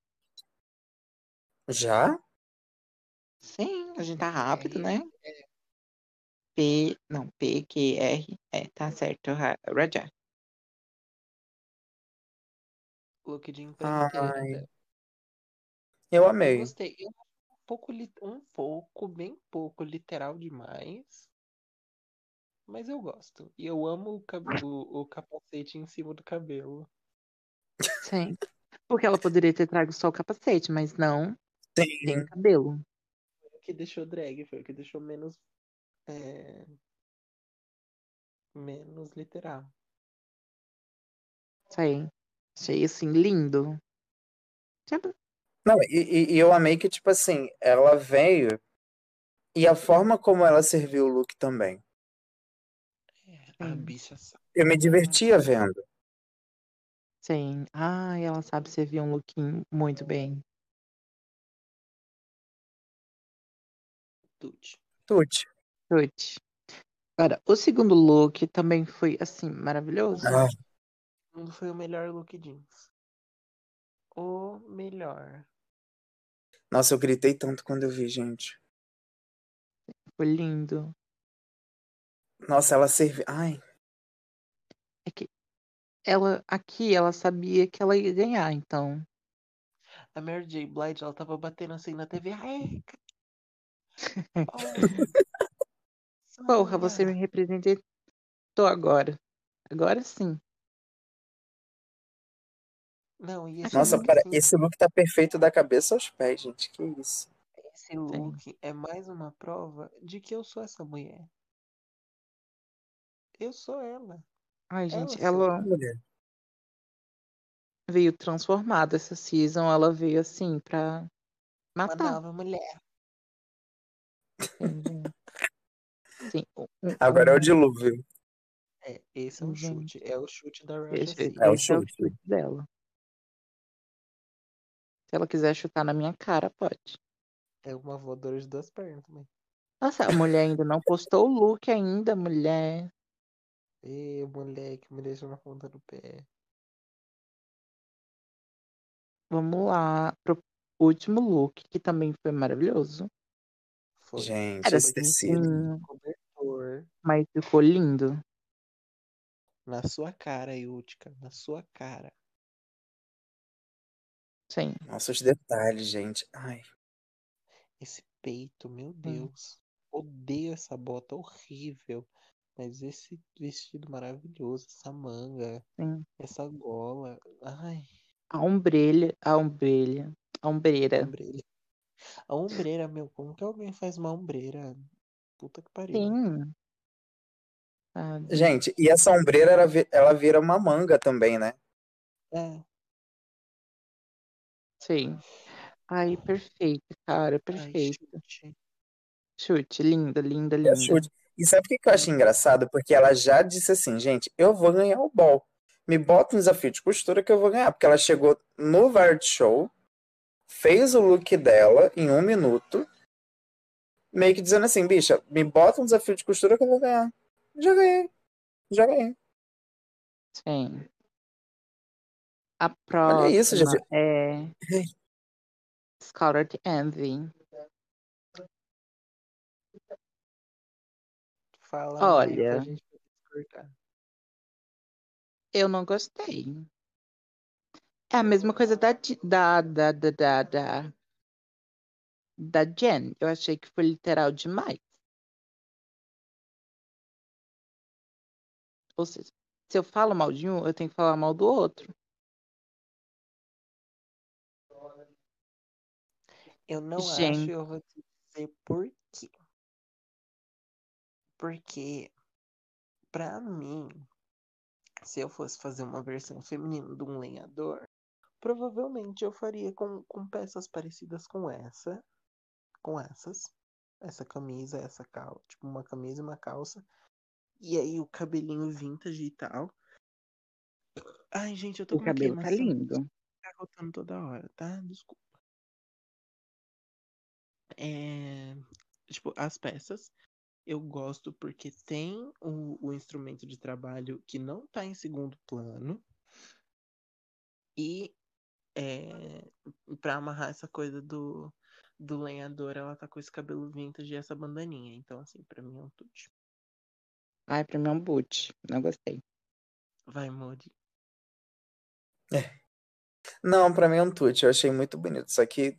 C: Já?
B: Sim, a gente tá rápido, né?
A: É.
B: P. Não, P, Q, R. É, tá certo. Ra- Raja.
A: Look de
C: Ai,
A: empreiteira dela.
C: Eu
A: Eu
C: amei.
A: gostei. Eu acho um pouco, li- um pouco, bem pouco literal demais. Mas eu gosto. E eu amo o, cab- o- o capacete em cima do cabelo.
B: Sim. Porque ela poderia ter trago só o capacete, mas não
C: Tem.
B: tem cabelo.
A: Foi o que deixou drag, foi o que deixou menos. é, Menos literal.
B: Sim. Achei assim, lindo. Tipo,
C: Não, e, e- e eu amei que, tipo assim, ela veio e a forma como ela serviu o look também.
A: É, A
B: Sim.
A: bicha sabe.
C: Eu me divertia vendo.
B: Sim. Ai, ela sabe servir um lookinho muito bem.
A: tudo.
C: Tuti.
B: Chute. Agora, o segundo look também foi, assim, maravilhoso.
C: Ah,
A: Não foi o melhor look jeans. O melhor.
C: nossa, eu gritei tanto quando eu vi, gente.
B: Foi lindo.
C: Nossa, ela serviu. Ai,
B: Ela, aqui, ela sabia que ela ia ganhar, então.
A: A Mary J. Blige, ela tava batendo assim na TV. Ai,
B: Porra, você me representou agora. Agora sim.
A: Não, e esse
C: nossa,
A: look,
C: para...
A: assim,
C: esse look tá perfeito da cabeça aos pés, gente. Que isso.
A: esse look é mais uma prova de que eu sou essa mulher. Eu sou ela.
B: Ai, gente,
A: Ela
B: ela
C: Mulher.
B: veio transformada essa season. Ela veio, assim, pra
A: Uma
B: matar.
A: nova mulher.
B: entendeu? Sim. um- um-
C: Agora é
B: um-
C: o dilúvio.
A: É, esse é um
B: Gente.
A: chute. É o chute da Russia assim.
B: Esse,
A: C.
B: esse
C: É
B: é
C: o
B: o
C: chute.
B: chute dela. Se ela quiser chutar na minha cara, pode.
A: É uma voadora de duas pernas também.
B: Nossa, a mulher ainda não postou o look ainda, mulher.
A: Ê, moleque, me deixa na ponta do pé.
B: Vamos lá pro último look, que também foi maravilhoso.
A: Foi.
C: Gente,
B: Era
C: esse tecido.
B: simplinho,
A: Cobertor.
B: mas ficou lindo.
A: Na sua cara, Yutka. Na sua cara.
B: Sim.
C: Nossa, os detalhes, gente. Ai.
A: Esse peito,
B: Hum.
A: meu Deus. Odeio essa bota horrível. Mas esse vestido maravilhoso, essa manga,
B: Sim.
A: essa gola. Ai,
B: A ombrelha, a ombrelha, a ombreira.
A: ombreira. A ombreira, meu, como que alguém faz uma ombreira? Puta que pariu.
B: Sim. Sabe?
C: Gente, e essa ombreira, era vi- ela vira uma manga também, né?
A: É,
B: Sim. Ai, perfeito, cara,
A: ai,
B: perfeito.
A: chute.
B: Chute, linda, linda,
C: É
B: linda.
C: chute. E sabe o que que eu acho engraçado? Porque ela já disse assim, gente, eu vou ganhar o ball. Me bota um desafio de costura que eu vou ganhar. Porque ela chegou no variety show, fez o look dela em um minuto, meio que dizendo assim, bicha, me bota um desafio de costura que eu vou ganhar. Já ganhei, já ganhei.
B: Sim. A próxima
C: Olha isso, gente.
B: é Scarlet Envy.
A: Fala Mai,
B: Olha.
A: pra gente poder cortar.
B: Eu não gostei. É a mesma coisa da Di- da da da da da, da Jen. Eu achei que foi literal demais. Ou seja, se eu falo mal de um, eu tenho que falar mal do outro.
A: Eu não acho
B: Gente.
A: e eu vou te dizer por quê. Porque, pra mim, se eu fosse fazer uma versão feminina de um lenhador, provavelmente eu faria com, com peças parecidas com essa, com essas, essa camisa, essa calça, tipo uma camisa e uma calça, e aí o cabelinho vintage e tal. Ai, gente, eu tô
B: O
A: com uma
B: cabelo tá
A: queimação.
B: lindo.
A: Tá cortando toda hora, tá? Desculpa. É, Tipo, as peças eu gosto porque tem o, o instrumento de trabalho que não tá em segundo plano. E é... pra amarrar essa coisa do, do lenhador, ela tá com esse cabelo vintage e essa bandaninha. Então, assim, pra mim é um tudo.
B: Ai, pra mim é um boot. Não gostei.
A: Vai, Modi.
C: Não, pra mim é um tute, eu achei muito bonito. Só que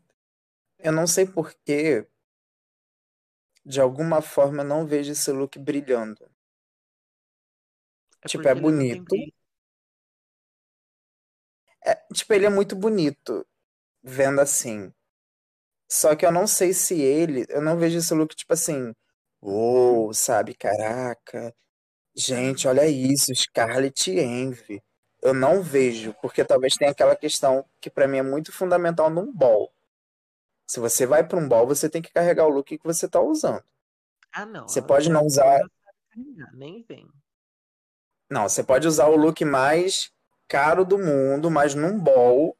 C: eu não sei porquê, de alguma forma eu não vejo esse look brilhando.
A: É
C: Tipo,
A: porque
C: é
A: ele não tem
C: bonito.
A: brilho.
C: É, tipo, ele é muito bonito, vendo assim. Só que eu não sei se ele, eu não vejo esse look tipo assim, uou, sabe, caraca, gente, olha isso, Scarlett Envy. Eu não vejo, porque talvez tenha aquela questão que pra mim é muito fundamental num ball. Se você vai pra um ball, você tem que carregar o look que você tá usando.
A: Ah, não.
C: Você
A: ela
C: pode não usar
A: não- Nem vem.
C: Não, você pode usar o look mais caro do mundo, mas num ball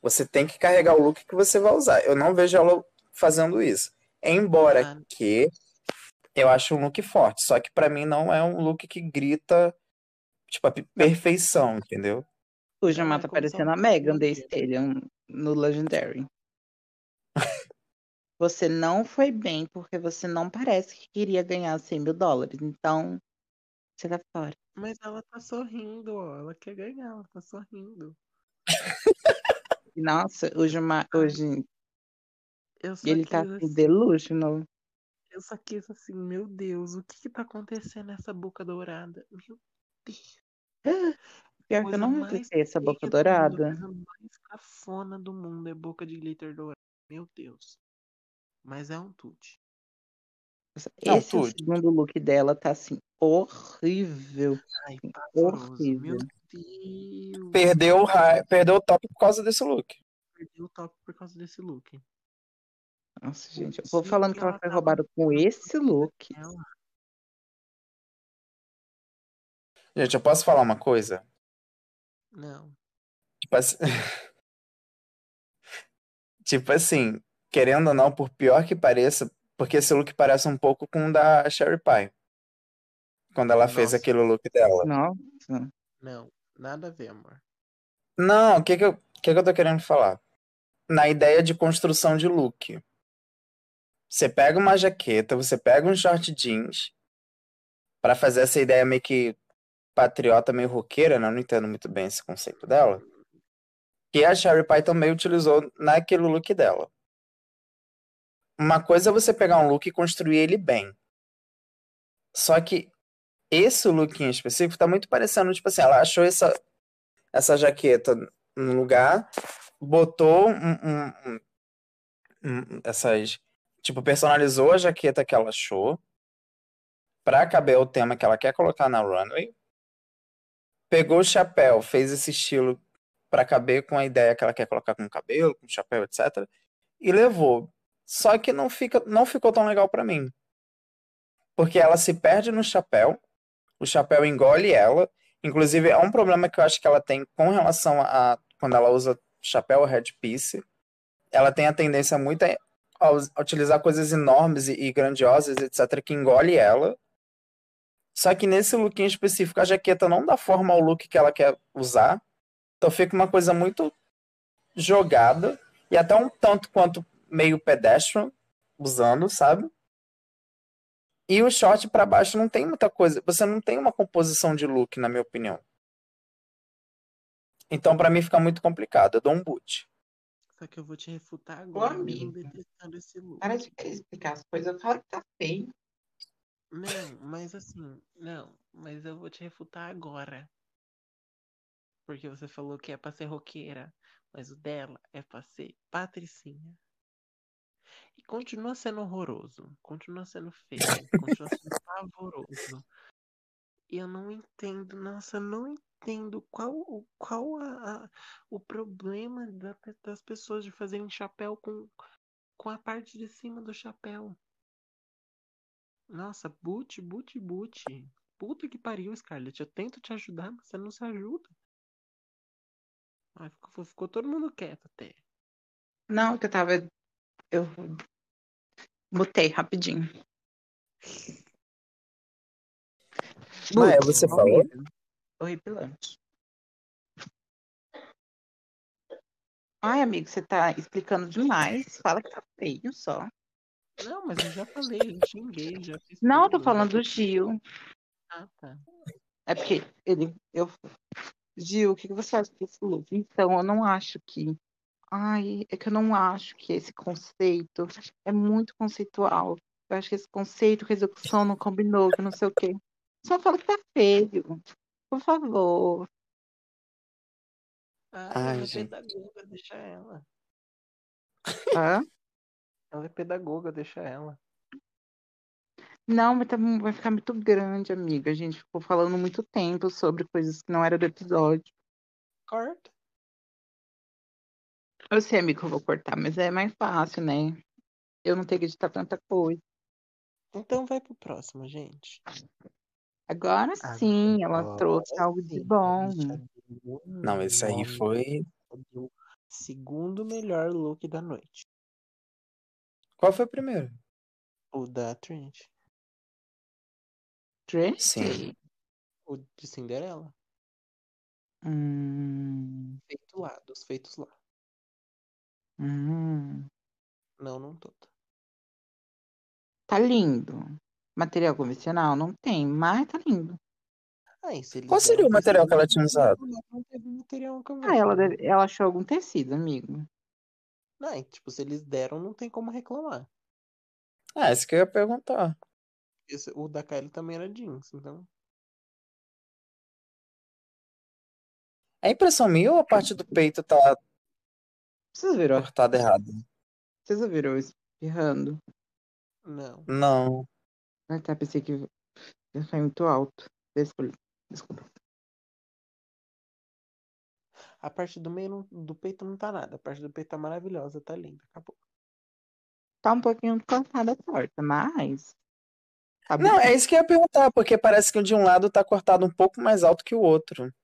C: você tem que carregar o look que você vai usar. Eu não vejo ela fazendo isso. Embora
A: Ah.
C: que eu acho um look forte, só que pra mim não é um look que grita tipo a pe- perfeição, entendeu?
B: O
A: Ela
B: Jamar
A: é
B: tá
A: como se
B: parecendo
A: ela
B: a
A: fosse
B: Megan The
A: inteira.
B: Stallion no (laughs) Legendary. Você não foi bem porque você não parece que queria ganhar 100 mil dólares. Então, você tá fora.
A: Mas ela tá sorrindo, ó. Ela quer ganhar, ela tá sorrindo.
B: E, Nossa, o Jamar hoje
A: Eu só
B: ele
A: quis,
B: tá
A: assim,
B: assim, delusional.
A: eu só quis assim, meu Deus, o que que tá acontecendo nessa boca dourada? Meu Deus,
B: Pior que eu
A: coisa
B: não
A: mais
B: revisei essa boca
A: feia do mundo,
B: dourada.
A: coisa mais cafona do mundo é boca de glitter dourado. Meu Deus. Mas é um tute.
C: Não,
B: Esse é o
C: tudo.
B: segundo look dela tá assim, horrível.
A: Ai,
B: assim,
A: pavoroso. Meu
B: Horrível.
A: Deus.
C: Perdeu o ra- perdeu o top por causa desse look.
A: Perdeu o top por causa desse look.
B: Nossa,
A: O
B: gente. Eu vou
A: dia
B: falando
A: que
B: que ela tá
A: ela
B: foi
A: tava
B: roubada com esse look.
A: Ela-
C: Gente, eu posso falar uma coisa?
A: Não.
C: Tipo assim, (laughs) tipo assim, querendo ou não, por pior que pareça, porque esse look parece um pouco com o da Sherry Pie, quando ela fez
A: Nossa.
C: aquele look dela.
B: Nossa.
A: Não. Nada a ver, amor.
C: Não, o que que eu, o que que eu tô querendo falar? Na ideia de construção de look. Você pega uma jaqueta, você pega um short jeans, pra fazer essa ideia meio que patriota, meio roqueira, né? Eu não entendo muito bem esse conceito dela. Que a Sherry Pie também utilizou naquele look dela. Uma coisa é você pegar um look e construir ele bem. Só que esse look em específico tá muito parecendo, tipo assim, ela achou essa, essa jaqueta num lugar, botou um- um- um, Hum, essas. Tipo, personalizou a jaqueta que ela achou pra caber o tema que ela quer colocar na runway. Pegou o chapéu, fez esse estilo pra caber com a ideia que ela quer colocar com o cabelo, com o chapéu, etc. E levou. Só que não fica, não ficou tão legal pra mim. Porque ela se perde no chapéu, o chapéu engole ela. Inclusive, é um problema que eu acho que ela tem com relação a quando ela usa chapéu ou headpiece. ela tem a tendência muito a, a us- a utilizar coisas enormes e, e grandiosas, etc., que engole ela. Só que nesse look em específico, a jaqueta não dá forma ao look que ela quer usar. Então fica uma coisa muito jogada e até um tanto quanto meio pedestrian usando, sabe? E o short pra baixo não tem muita coisa. Você não tem uma composição de look, na minha opinião. Então, pra mim, fica muito complicado. Eu dou um boot.
A: Só que eu vou te refutar agora, mesmo
B: amiga.
A: detestando esse look.
B: Para de querer explicar as coisas. Eu falo que tá feio.
A: Não, mas assim, não, mas eu vou te refutar agora. Porque você falou que é pra ser roqueira, mas o dela é pra ser patricinha. E continua sendo horroroso, continua sendo feio, continua sendo pavoroso. E eu não entendo, nossa, eu não entendo qual, o- qual a, a- o problema da pe- das pessoas de fazerem chapéu com, com a parte de cima do chapéu. Nossa, boot, boot, boot. Puta que pariu, Scarlett. Eu tento te ajudar, mas você não se ajuda. Ai, ficou, ficou todo mundo quieto até.
B: Não, que eu tava. Eu mutei rapidinho. Boot,
C: Maia, é, você falou?
B: horrível. Horripilante. Ai, amigo, você tá explicando demais. Fala que tá feio só.
A: Não, mas eu já falei, eu xinguei, já fiz.
B: Não, eu
A: tudo,
B: tô
A: já
B: falando do
A: fiz-
B: Gil.
A: Ah, tá.
B: É porque ele. Eu... Gil, o que que você acha desse look? Então, eu não acho que Ai, é que eu não acho que esse conceito é muito conceitual. Eu acho que esse conceito com a execução não combinou, que não sei o quê. Só fala que tá feio. Por favor.
A: Ah,
C: Ai,
A: ela é
C: gente.
A: pedagoga, deixa ela.
B: Hã?
A: Ela é pedagoga, deixa ela.
B: Não, mas tá mu- vai ficar muito grande, amiga. A gente ficou falando muito tempo sobre coisas que não eram do episódio.
A: Corta.
B: Eu sei, amiga, que eu vou cortar, mas é mais fácil, né? Eu não tenho que editar tanta coisa.
A: Então vai pro próximo, gente.
B: Agora sim, ela trouxe algo de bom.
C: Não, esse aí foi.
A: O segundo melhor look da noite.
C: Qual foi o primeiro?
A: O da Trinity.
B: Tracy?
C: Sim.
A: O de Cinderela.
B: Hum,
A: Feito lá, dos feitos lá.
B: hum.
A: Não, não todo.
B: Tá lindo. Material convencional não tem, mas tá lindo.
A: Ah, e se eles
C: Qual seria o
A: deram
C: material que ela
A: tecido,
C: tinha usado?
A: Não teve material
B: Ah,
A: convencional.
B: ela, deve- ela achou algum tecido, amigo.
A: Não, e, tipo, se eles deram, não tem como reclamar.
C: Ah, isso que eu ia perguntar.
A: Esse- o da Kylie também era jeans, então.
C: É impressão minha ou a parte do peito tá
B: Vocês viram,
C: cortada errada?
B: vocês ouviram eu espirrando?
A: Não.
C: Não.
B: Ah, tá, pensei que eu saí muito alto. Desculpa. Desculpa.
A: A parte do meio não- do peito não tá nada. A parte do peito tá maravilhosa, tá linda. Acabou.
B: Tá um pouquinho cortada a torta, mas. Tá
C: Não,
B: bonito.
C: é isso que eu ia perguntar, porque parece que de um lado tá cortado um pouco mais alto que o outro.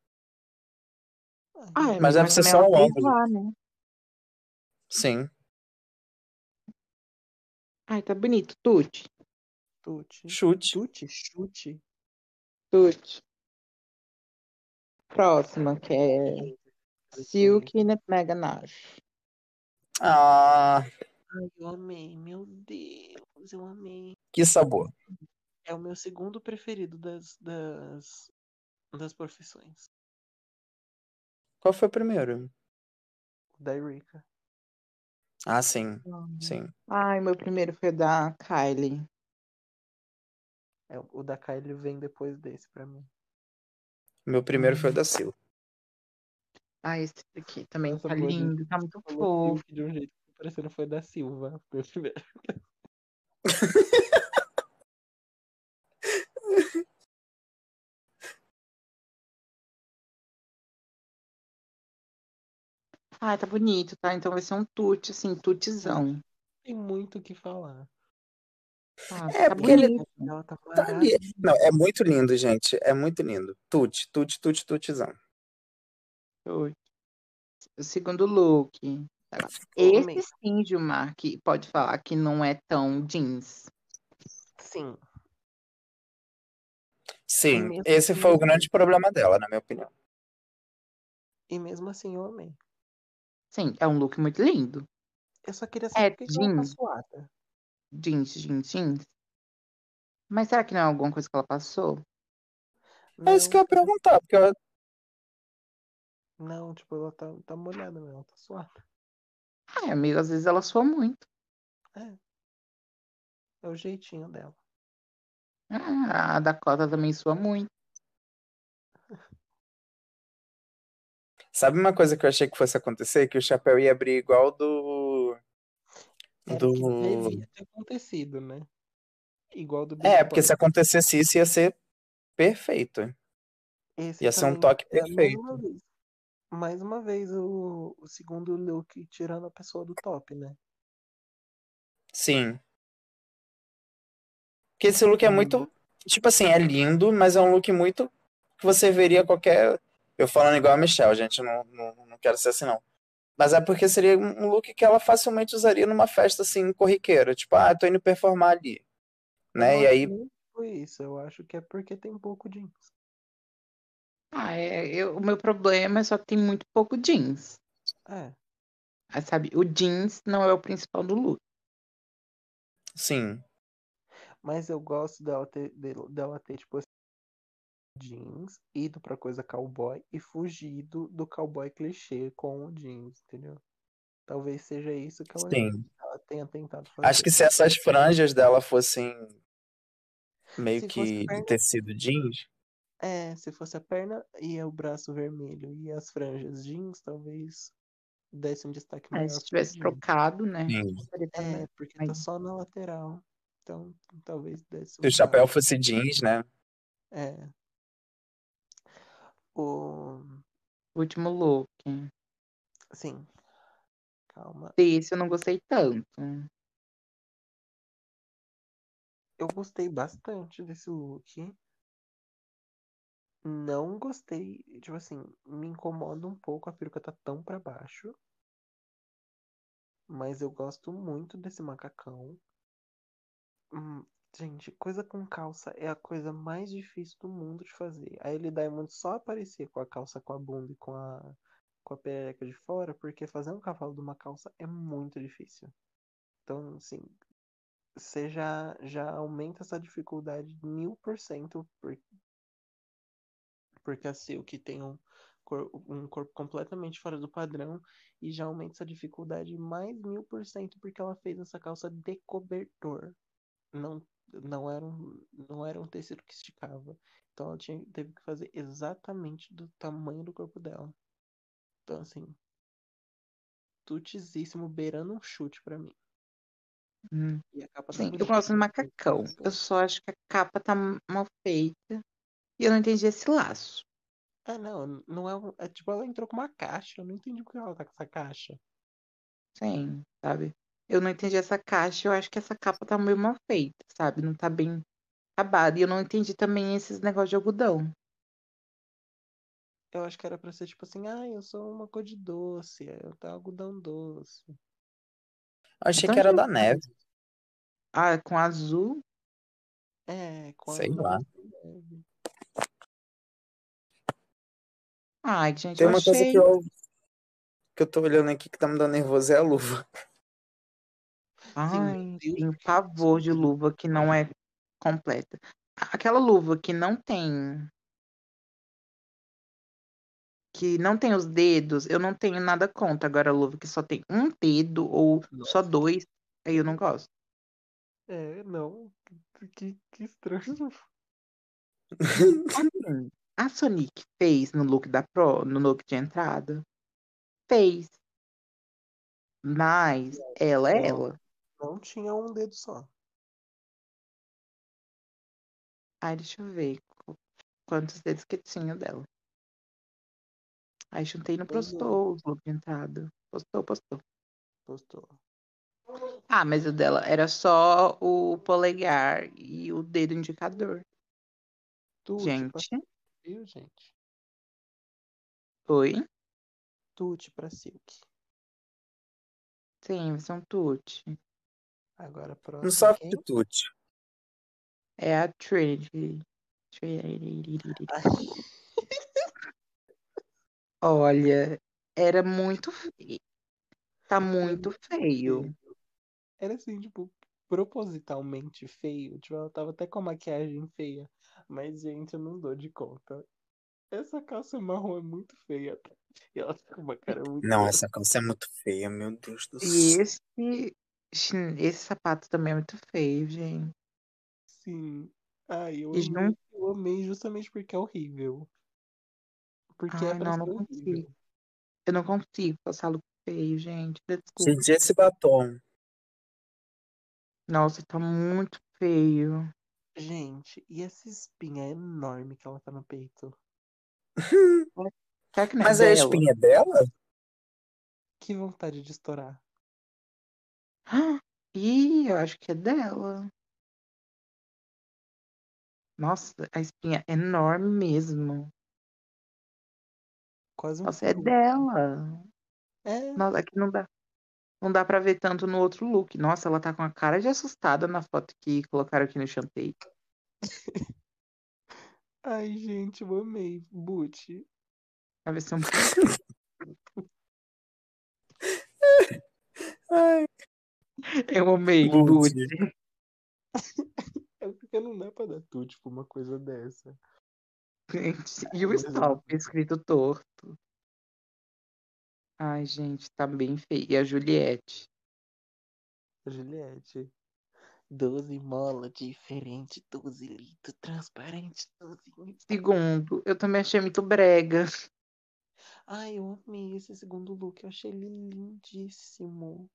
B: Ah,
A: Ah,
C: mas é deve
B: mas
C: ser
B: também
C: só
B: ela
C: o
B: fez
C: ombro.
B: lá, né?
C: Sim.
B: Ai, tá bonito. Tuti.
A: Tute.
C: Chute.
A: Chute? Chute.
B: Tuti. Próxima, que é Silk e Mega Nash.
C: Ah,
A: Ai, eu amei. Meu Deus, eu amei.
C: que sabor.
A: É o meu segundo preferido das, das, das profissões.
C: Qual foi o primeiro?
A: O da Erika.
C: Ah, sim. Sim.
B: Ai, meu primeiro foi o da Kylie.
A: É, o da Kylie vem depois desse pra mim.
C: Meu primeiro foi o da Sil.
B: Ah, esse aqui também
A: Nossa,
B: tá
A: boa,
B: lindo, tá muito
A: Falou
B: fofo.
A: Silk de um jeito que parecendo foi da Silva. Foi o primeiro. (laughs)
B: Ai, tá bonito, tá? Então vai ser um tute, assim, tutezão.
A: Tem muito o que falar.
B: Tá,
C: É,
B: tá
C: porque ele-
B: bonito.
A: Ela tá
C: Tá
A: maravilhosa.
C: ali. Não, é muito lindo, gente. É muito lindo. Tute, tute, tute, tutezão.
B: Tute. O segundo look. Tá.
A: Homem.
B: Esse sim, Gilmar, que pode falar que não é tão jeans.
A: Sim.
C: Sim,
A: Mesmo
C: esse foi o
A: assim-
C: grande problema dela, na minha opinião.
A: E mesmo assim eu amei.
B: Sim, é um look muito lindo.
A: Eu só queria saber
B: É,
A: por que que ela tá
B: jeans.
A: suada.
B: Jeans, jeans, jeans. Mas será que não é alguma coisa que ela passou?
C: É isso que eu ia perguntar, porque eu-
A: Não, tipo, ela tá, tá molhada mesmo, ela tá suada.
B: Ai, amiga, às vezes ela sua muito.
A: É o jeitinho dela.
B: Ah, a Dakota também sua muito.
C: sabe uma coisa que eu achei que fosse acontecer? Que o chapéu ia abrir igual do.
A: Era
C: Do.
A: o É, que devia ter acontecido, né? Igual do Big
C: É, porque se
A: Brother.
C: acontecesse isso, ia ser perfeito.
A: Esse
C: Ia ser
A: também
C: um toque
A: é, mais
C: perfeito.
A: uma vez. Mais uma vez o, o segundo look tirando a pessoa do top, né?
C: Sim. Porque esse look é muito. Tipo assim, é lindo, mas é um look muito. Que você veria qualquer. Eu falando igual a Michelle, gente, eu não, não, não quero ser assim, não. Mas é porque seria um um look que ela facilmente usaria numa festa assim, corriqueira. Tipo, ah, tô indo performar ali. Né?
A: Eu
C: E
A: acho
C: aí.
A: que nem Foi isso, eu acho que é porque tem pouco jeans.
B: Ah, é, eu- o meu problema é só que tem muito pouco jeans.
A: É,
B: Ah, sabe, o jeans não é o principal do look.
C: Sim.
A: mas eu gosto dela ter, de- dela ter tipo assim, jeans, ido pra coisa cowboy e fugido do cowboy clichê com o jeans, entendeu? Talvez seja isso que ela,
C: Sim.
A: ela tenha tentado fazer.
C: Acho que se essas franjas dela fossem meio
A: Se fosse
C: que de
A: perna-
C: tecido jeans,
A: É, se fosse a perna e o braço vermelho e as franjas jeans, talvez desse um destaque
B: Aí,
A: maior
B: É, se
A: pro
B: tivesse
A: menino.
B: trocado, né?
C: Sim.
B: seria também.
A: É, porque tá
B: Aí.
A: só na lateral. Então, talvez desse
C: se o
A: um
C: chapéu fosse jeans, né?
A: É. O...
B: O último look.
A: Sim. Calma.
B: Desse eu não gostei tanto.
A: Eu gostei bastante desse look. Não gostei. Tipo assim, me incomoda um pouco a peruca tá tão pra baixo. Mas eu gosto muito desse macacão. Hum, gente, coisa com calça é a coisa mais difícil do mundo de fazer. A Ellie Diamond só aparecia com a calça com a bunda e com a, com a perereca de fora, porque fazer um cavalo de uma calça é muito difícil. Então, assim, você já, já aumenta essa dificuldade mil por cento, por- porque a Silk tem um, cor- um corpo completamente fora do padrão, e já aumenta essa dificuldade mais mil por cento, porque ela fez essa calça de cobertor. Não, não, era um, não era um tecido que esticava. Então ela tinha, teve que fazer exatamente do tamanho do corpo dela. Então, assim, tutizíssimo, beirando um chute pra mim.
B: Hum.
A: E a capa tá
B: Sim,
A: bonita.
B: eu gosto do um macacão. Eu só acho que a capa tá mal feita. E eu não entendi esse laço.
A: Ah, não, não é, um- é tipo, ela entrou com uma caixa, eu não entendi por que ela tá com essa caixa.
B: Sim, sabe? Eu não entendi essa caixa. Eu acho que essa capa tá meio mal feita, sabe? Não tá bem acabada. E eu não entendi também esses negócios de algodão.
A: Eu acho que era pra ser tipo assim, ah, eu sou uma cor de doce, eu tenho algodão doce.
C: Eu achei
B: Então,
C: que era
B: gente,
C: da neve,
B: Ah, com azul.
A: É, com
C: sei
A: algodão
C: lá.
A: doce.
B: Ai, gente,
C: Tem
B: eu
C: uma
B: achei.
C: coisa que eu, que eu tô olhando aqui que tá me dando nervoso é a luva.
A: meu
B: Ai,
A: Deus.
B: tenho assim, um pavor de luva que não é completa. Aquela luva que não tem. Que não tem os dedos, eu não tenho nada contra. Agora, a luva que só tem um dedo ou só dois, aí eu não gosto.
A: É, não, que- que, que estranho.
B: Assim, A Sonic fez no look da Pro, no look de entrada? Fez. Mas ela é
A: não.
B: ela.
A: Não tinha um dedo só.
B: Ai, deixa eu ver qu- quantos dedos que tinha o dela. Aí juntei no
A: Pois é.
B: postou o look de entrada. Postou, postou.
A: Postou.
B: Ah, mas o dela era só o polegar e o dedo indicador.
A: Tuti, pra
B: Gente,
A: viu, gente?
B: oi?
A: Tuti pra Silk.
B: Sim, vai ser um tute.
A: Agora
C: Um
A: próximo.
C: soft
A: quem?
C: tute.
B: É a Trinity. Trinity.
A: Ai,
B: Olha, era muito feio. Tá muito feio.
A: Era assim, tipo, propositalmente feio. Tipo, ela tava até com a maquiagem feia. Mas, gente, eu não dou de conta. Essa calça marrom é muito feia. (laughs) E ela tá com uma cara muito.
C: Não, essa calça é muito feia, meu Deus do
B: E
C: céu.
B: esse, chin- esse sapato também é muito feio, gente.
A: Sim. assim. Ai, eu
B: E
A: amei,
B: não,
A: eu amei justamente porque é horrível. Porque é
B: ai,
A: pra
B: não,
A: ser
B: não
A: horrível.
B: consigo. Eu não consigo passar look feio, gente. Desculpa.
C: Gente, esse batom.
B: Nossa, tá muito feio.
A: Gente, e essa espinha enorme que ela tá no peito?
B: Será que não é
C: Mas é a
B: dela?
C: espinha dela?
A: Que vontade de estourar.
B: Ah, Ih, eu acho que é dela. Nossa, a espinha é enorme mesmo.
A: Quase um
B: Nossa, é
A: furo.
B: dela.
A: É,
B: Nossa, aqui não dá. Não dá pra ver tanto no outro look. Nossa, ela tá com a cara de assustada na foto que colocaram aqui no Chantei.
A: ai, gente, eu amei. Boot.
B: Pra ver se é
C: (laughs)
B: um...
C: Ai,
B: Eu amei,
C: Lute.
B: Bud.
A: É porque não dá pra dar tudo, tipo, uma coisa dessa.
B: E o
A: Mas eu-
B: stop escrito torto. Ai, gente, tá bem feio. E a Juliette?
A: Juliette. 12 mola diferente, 12 litro transparente, 12 litro.
B: Segundo, eu também achei muito brega.
A: Ai, eu amei esse segundo look. Eu achei ele lindíssimo.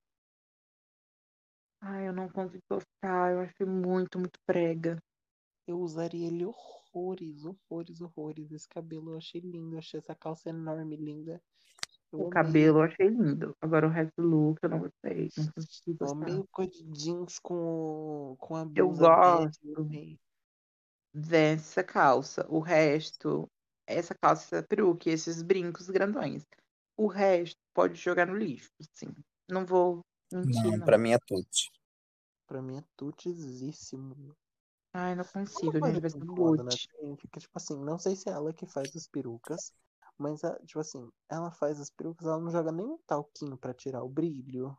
B: Ai, eu não consigo gostar. Eu achei muito, muito brega.
A: Eu usaria ele horrores, horrores, horrores. Esse cabelo eu achei lindo. Eu achei essa calça enorme, linda. Eu
B: O
A: amei.
B: cabelo eu achei lindo. Agora o resto do look eu não gostei. Não consegui
A: Eu
B: gostar.
A: amei o cor de jeans com, o- com a blusa
B: tá. Eu
A: verde,
B: gosto.
A: amei.
B: Dessa calça. O resto, essa calça, essa peruca e esses brincos grandões. O resto pode jogar no lixo, sim. Não vou mentir,
C: Não,
B: não.
C: pra mim é tudo.
A: Pra mim é tutizíssimo.
B: Ai, não
A: Uma
B: consigo,
A: coisa
B: gente. Vai
A: que
B: ser
A: me
B: um
A: incomoda, né,
B: boot.
A: também, Porque, tipo assim, não sei se é ela que faz as perucas, mas, a- tipo assim, ela faz as perucas, ela não joga nem um talquinho pra tirar o brilho.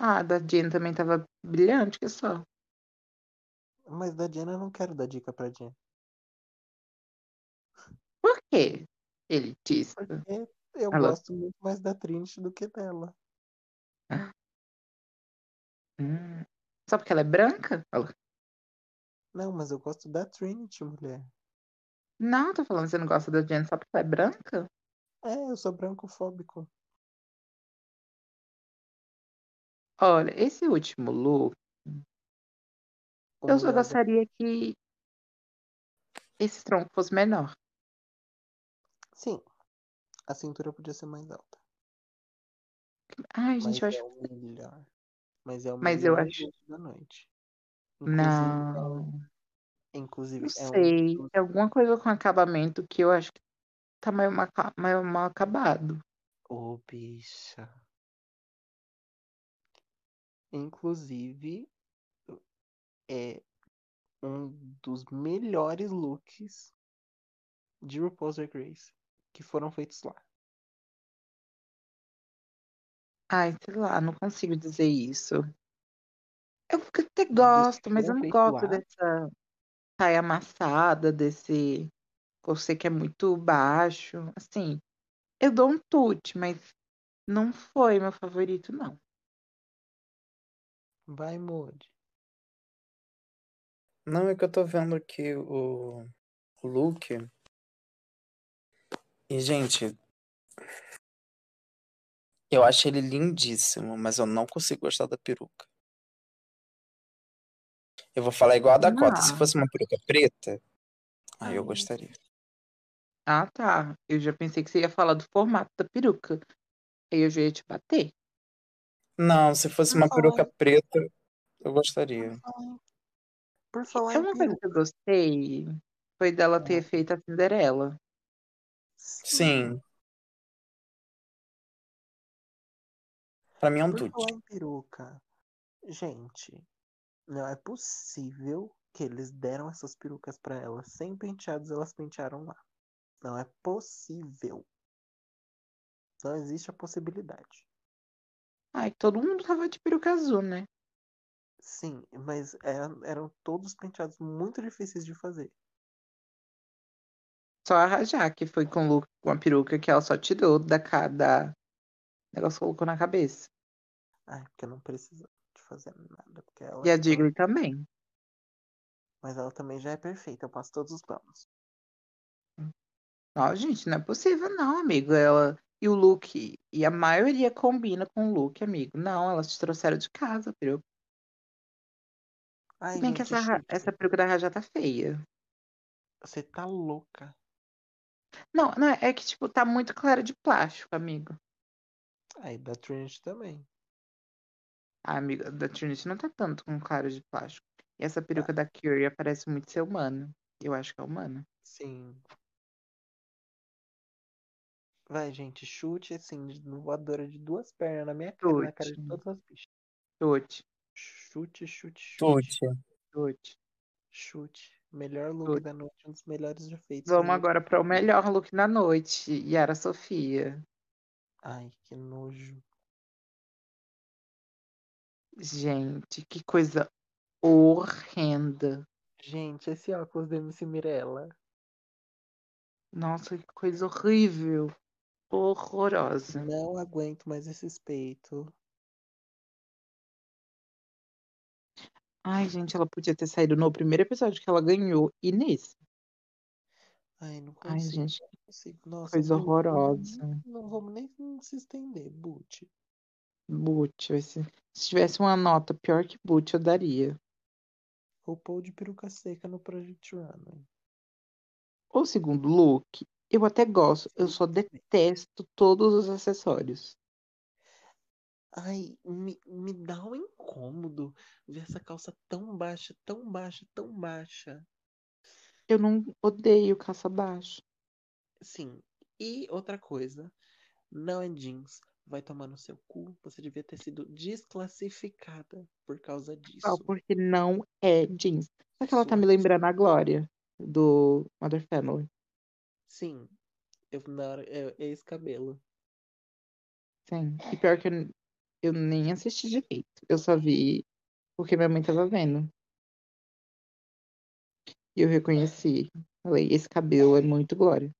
B: Ah, a da Jen também tava brilhante, que só.
A: Mas da Diana eu não quero dar dica pra Diana.
B: Por quê? Elitista.
A: Porque eu
B: Alô?
A: gosto muito mais da Trinity do que dela.
B: Hum. Só porque ela é branca? Alô?
A: Não, mas eu gosto da Trinity, mulher.
B: Não, tô falando que você não gosta da Jen só porque ela é branca?
A: É, eu sou brancofóbico.
B: Olha, esse último look,
A: Ô,
B: eu só
A: mulher,
B: gostaria que esse tronco fosse menor.
A: Sim, a cintura podia ser mais alta.
B: Ai, gente,
A: Mas
B: eu acho.
A: é o melhor. Mas é o
B: Mas eu
A: melhor
B: acho-
A: look da noite. Inclusive, é um-
B: Não,
A: inclusive
B: não
A: é um
B: sei.
A: dos-
B: É alguma coisa com acabamento que eu acho que tá meio mal, aca- meio mal acabado.
A: Ô, bicha. Inclusive, é um dos melhores looks de RuPaul's Drag Race que foram feitos lá.
B: Ai, sei lá, não consigo dizer isso. Eu até
A: Dos
B: gosto,
A: que
B: mas eu
A: foram
B: não
A: feitos
B: gosto
A: lá,
B: dessa saia amassada, desse corset que é muito baixo. Assim, eu dou um tute, mas não foi meu favorito, não.
A: vai, Moody.
C: Não, é que eu tô vendo aqui o, o look. E, gente, eu acho ele lindíssimo, mas eu não consigo gostar da peruca. Eu vou falar igual a Dakota. Se
B: Ah.
C: fosse uma peruca preta, aí eu
A: Ai.
C: gostaria.
B: Ah, tá. Eu já pensei que você ia falar do formato da peruca. Aí eu já ia te bater.
C: Não, se fosse
A: Por
C: uma
A: falar
C: peruca
A: em-
C: preta, eu gostaria.
A: Por falar
B: É
A: em
B: uma coisa
A: peru.
B: que eu gostei foi dela ter
A: Ah.
B: feito a Cinderela.
C: Sim. Pra mim é um
A: Por
C: tudo.
A: falar em peruca, gente, não é possível que eles deram essas perucas pra elas sem penteados, elas pentearam lá. Não é possível. Não existe a possibilidade.
B: Ai, todo mundo tava de peruca azul, né?
A: Sim, mas eram, eram todos penteados muito difíceis de fazer.
B: Só a Rajá, que foi com, o look- com a peruca que ela só tirou da cada negócio que colocou na cabeça.
A: Ai, porque não precisa de fazer nada. Porque ela,
B: E a
A: ela-
B: Jiggly também.
A: mas ela também já é perfeita, eu passo todos os planos.
B: Ó, gente, não é possível, não, amigo. Ela e o look, e a maioria combina com o look, amigo. Não, elas te trouxeram de casa, peruca.
A: Ai,
B: Se bem que
A: gente,
B: essa, ra-
A: chique.
B: essa peruca da Rajá tá feia.
A: Você tá louca.
B: Não, não, é que, tipo, tá muito clara de plástico, amigo.
A: Ai, da Trinity também.
B: A amiga Ah, da Trinity não tá tanto com clara de plástico. E
A: Tá.
B: essa peruca da Curie parece muito ser humana. Eu acho que é humana.
A: Sim. Vai, gente, chute assim, de voadora de duas pernas na minha cara, na cara de
B: Chute.
A: todas as bichas. Chute,
B: Chute,
A: chute,
C: Tudo.
A: chute.
B: chute.
A: Chute. Melhor look
B: Chute.
A: da noite, um dos melhores já feitos.
B: Vamos
A: um look-
B: agora para o melhor look da noite. Yara Sofia.
A: Ai, que nojo.
B: Gente, que coisa horrenda.
A: Gente, esse óculos da MC Mirella.
B: Nossa, que coisa horrível. Horrorosa.
A: Não aguento mais esse peito.
B: Ai, gente, ela podia ter saído no primeiro episódio que ela ganhou e nesse.
A: Ai, não
B: Ai,
A: consigo.
B: gente,
A: não consigo. Nossa,
B: coisa
A: Bu, não vamos
B: horrorosa.
A: nem- Não vamos nem se estender, Butch.
B: Butch, vai ser- se tivesse uma nota pior que Butch, eu daria.
A: Ou pôr de peruca seca no Project Runway.
B: O segundo look, eu até gosto, eu só detesto todos os acessórios.
A: Ai, me, me dá um incômodo ver essa calça tão baixa, tão baixa, tão baixa.
B: Eu não odeio calça baixa.
A: Sim. E outra coisa, não é jeans. Vai tomar no seu cu. Você devia ter sido desclassificada por causa
B: Ah,
A: disso.
B: Porque não é jeans. Só que ela tá me lembrando a Glória do Mother Family.
A: Sim, eu, na hora, é, é esse cabelo.
B: Sim. E pior que eu, eu nem assisti direito. Eu só vi porque minha mãe tava vendo. E eu reconheci. Falei, esse cabelo é muito Glória.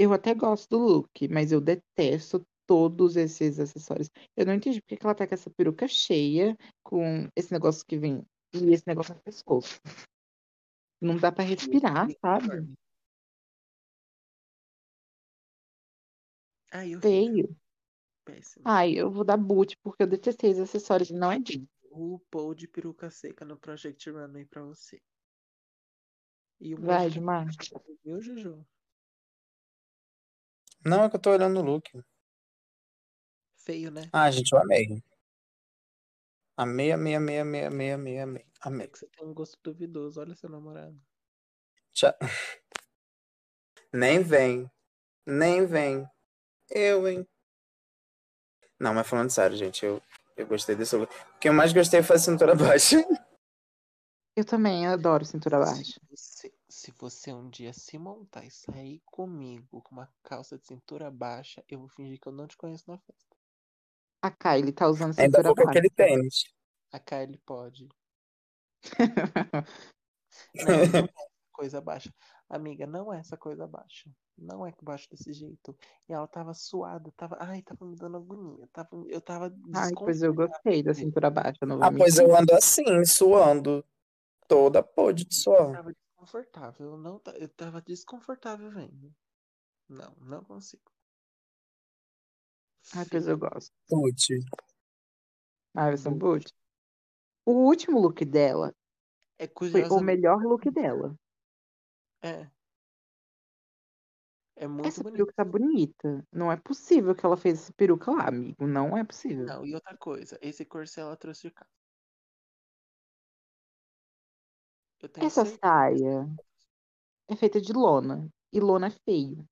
B: Eu até gosto do look, mas eu detesto todos esses acessórios. Eu não entendi porque que ela tá com essa peruca cheia, com esse negócio que vem e esse negócio no pescoço. Não dá pra respirar, sabe?
A: Ai, eu
B: Feio.
A: péssimo.
B: Ai, eu vou dar boot porque eu detestei os acessórios. Não é jeans.
A: O Paul de peruca seca no Project Runway pra você. E um o
B: Vai,
A: Monstro
B: Gilmar.
A: Viu, Juju?
C: Não, é que eu tô olhando o look.
A: Feio, né?
C: Ah, gente, eu amei. Amei, amei, amei, amei, amei, amei, amei.
A: É
C: Amei.
A: que você tem um gosto duvidoso. Olha seu namorado.
C: Tchau. Nem vem. Nem vem. Eu, hein? Não, mas falando sério, gente, eu, eu gostei desse look. O que eu mais gostei foi a cintura baixa.
B: (laughs) Eu também adoro cintura baixa.
A: Se você, se você um dia se montar e sair comigo com uma calça de cintura baixa, eu vou fingir que eu não te conheço na festa.
B: A Kylie tá usando
C: Ainda
B: cintura
C: vou com
B: baixa.
C: aquele tênis.
A: A Kylie pode.
C: (laughs)
A: Não, não é
B: (laughs)
A: essa coisa baixa. Amiga, não é essa coisa baixa. Não é baixo desse jeito. E ela tava suada, tava. Ai, tava me dando agonia. Tava, eu tava
B: Ai, pois eu
A: desconfortável.
B: gostei da cintura baixa, não vou
C: Ah, pois
B: mentir.
C: eu ando assim, suando. Toda podre de
A: Eu
C: suor.
A: tava desconfortável. Eu, não, ta- eu tava desconfortável vendo. Não, não consigo.
B: Ai, pois eu gosto.
C: Putz.
B: Ai, vai ser um
C: Uhum.
B: boot. O último look dela
A: É
B: foi o
A: curiosamente-
B: melhor look dela.
A: É. É muito
B: Essa
A: bonito.
B: peruca tá bonita. Não é possível que ela fez essa peruca lá, amigo. Não é possível.
A: Não, e outra coisa, esse corset ela trouxe de casa. Eu tenho
B: Essa
A: certeza.
B: saia é feita de lona. E lona é feio.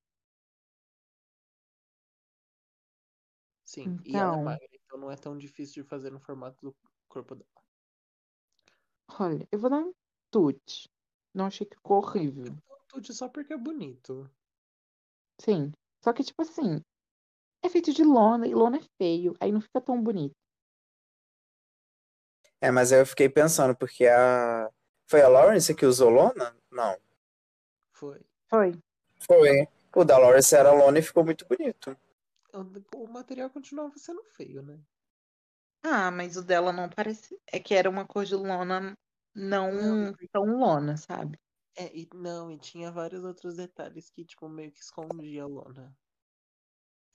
A: Sim, e ela é
B: Então.
A: magra, então não é tão difícil de fazer no formato do corpo dela.
B: Olha, eu vou dar um tute. Não achei que ficou horrível.
A: Tudo só porque é bonito.
B: Sim. Só que, tipo assim, é feito de lona e lona é feio. Aí não fica tão bonito.
C: É, mas aí eu fiquei pensando, porque a. Foi a Lawrence que usou lona? Não.
A: Foi.
B: Foi.
C: Foi. O da Lawrence era lona e ficou muito bonito.
A: O o material continuava sendo feio, né?
B: Ah, mas o dela não parece. É que era uma cor de lona não
A: Não,
B: tão lona, sabe?
A: É, e não, e tinha vários outros detalhes que, tipo, meio que escondia a lona.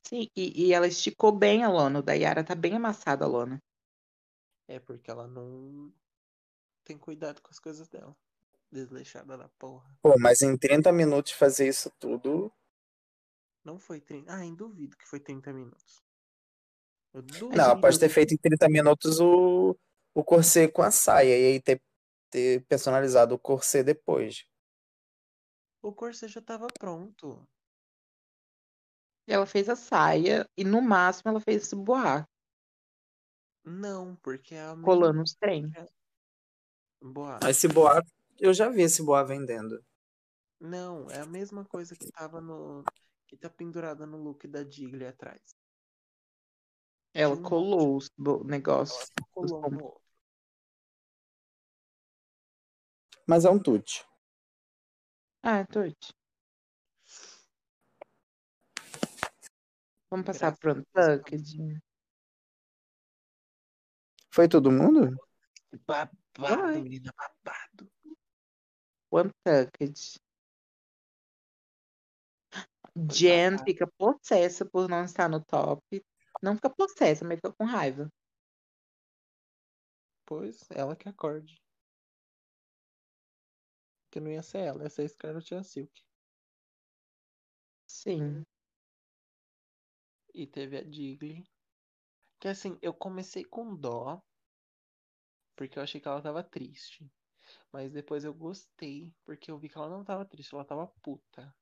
B: Sim, e, e ela esticou bem a lona. O da Yara tá bem amassada a lona.
A: É porque ela não tem cuidado com as coisas dela. Desleixada da porra.
C: Pô, mas em 30 minutos fazer isso tudo.
A: Não foi 30. Ah, em duvido que foi 30 minutos. Eu duvido.
C: Não, ela
B: gente,
C: pode ter
B: eu-
C: feito em 30 minutos o, o corset com a saia e aí ter, ter personalizado o corset depois.
A: O corset já tava pronto.
B: E Ela fez a saia e no máximo ela fez esse boar,
A: Não, porque é a menina-
B: colando os trem.
A: Boa.
C: Esse boá, eu já vi esse boá vendendo.
A: Não, é a mesma coisa que tava no. que tá pendurada no look da Diggle atrás.
B: Ela
A: Tinha um-
B: colou os bo-
A: Ela
B: negócios.
A: só colou um no outro.
C: Mas é um tute.
B: Ah, doido. Vamos passar pro
A: Graças a Deus.
B: Untucked.
C: Foi todo mundo?
A: Babado,
B: Vai.
A: menina, babado.
B: O Untucked. Jen
A: babado.
B: fica possessa por não estar no top. Não fica possessa, mas fica com raiva.
A: Pois, ela que acorde. Que não ia ser ela, ia ser Scarlett e Silk.
B: Sim.
A: E teve a Digley. Que assim, eu comecei com dó. Porque eu achei que ela tava triste. Mas depois eu gostei. Porque eu vi que ela não tava triste, ela tava puta.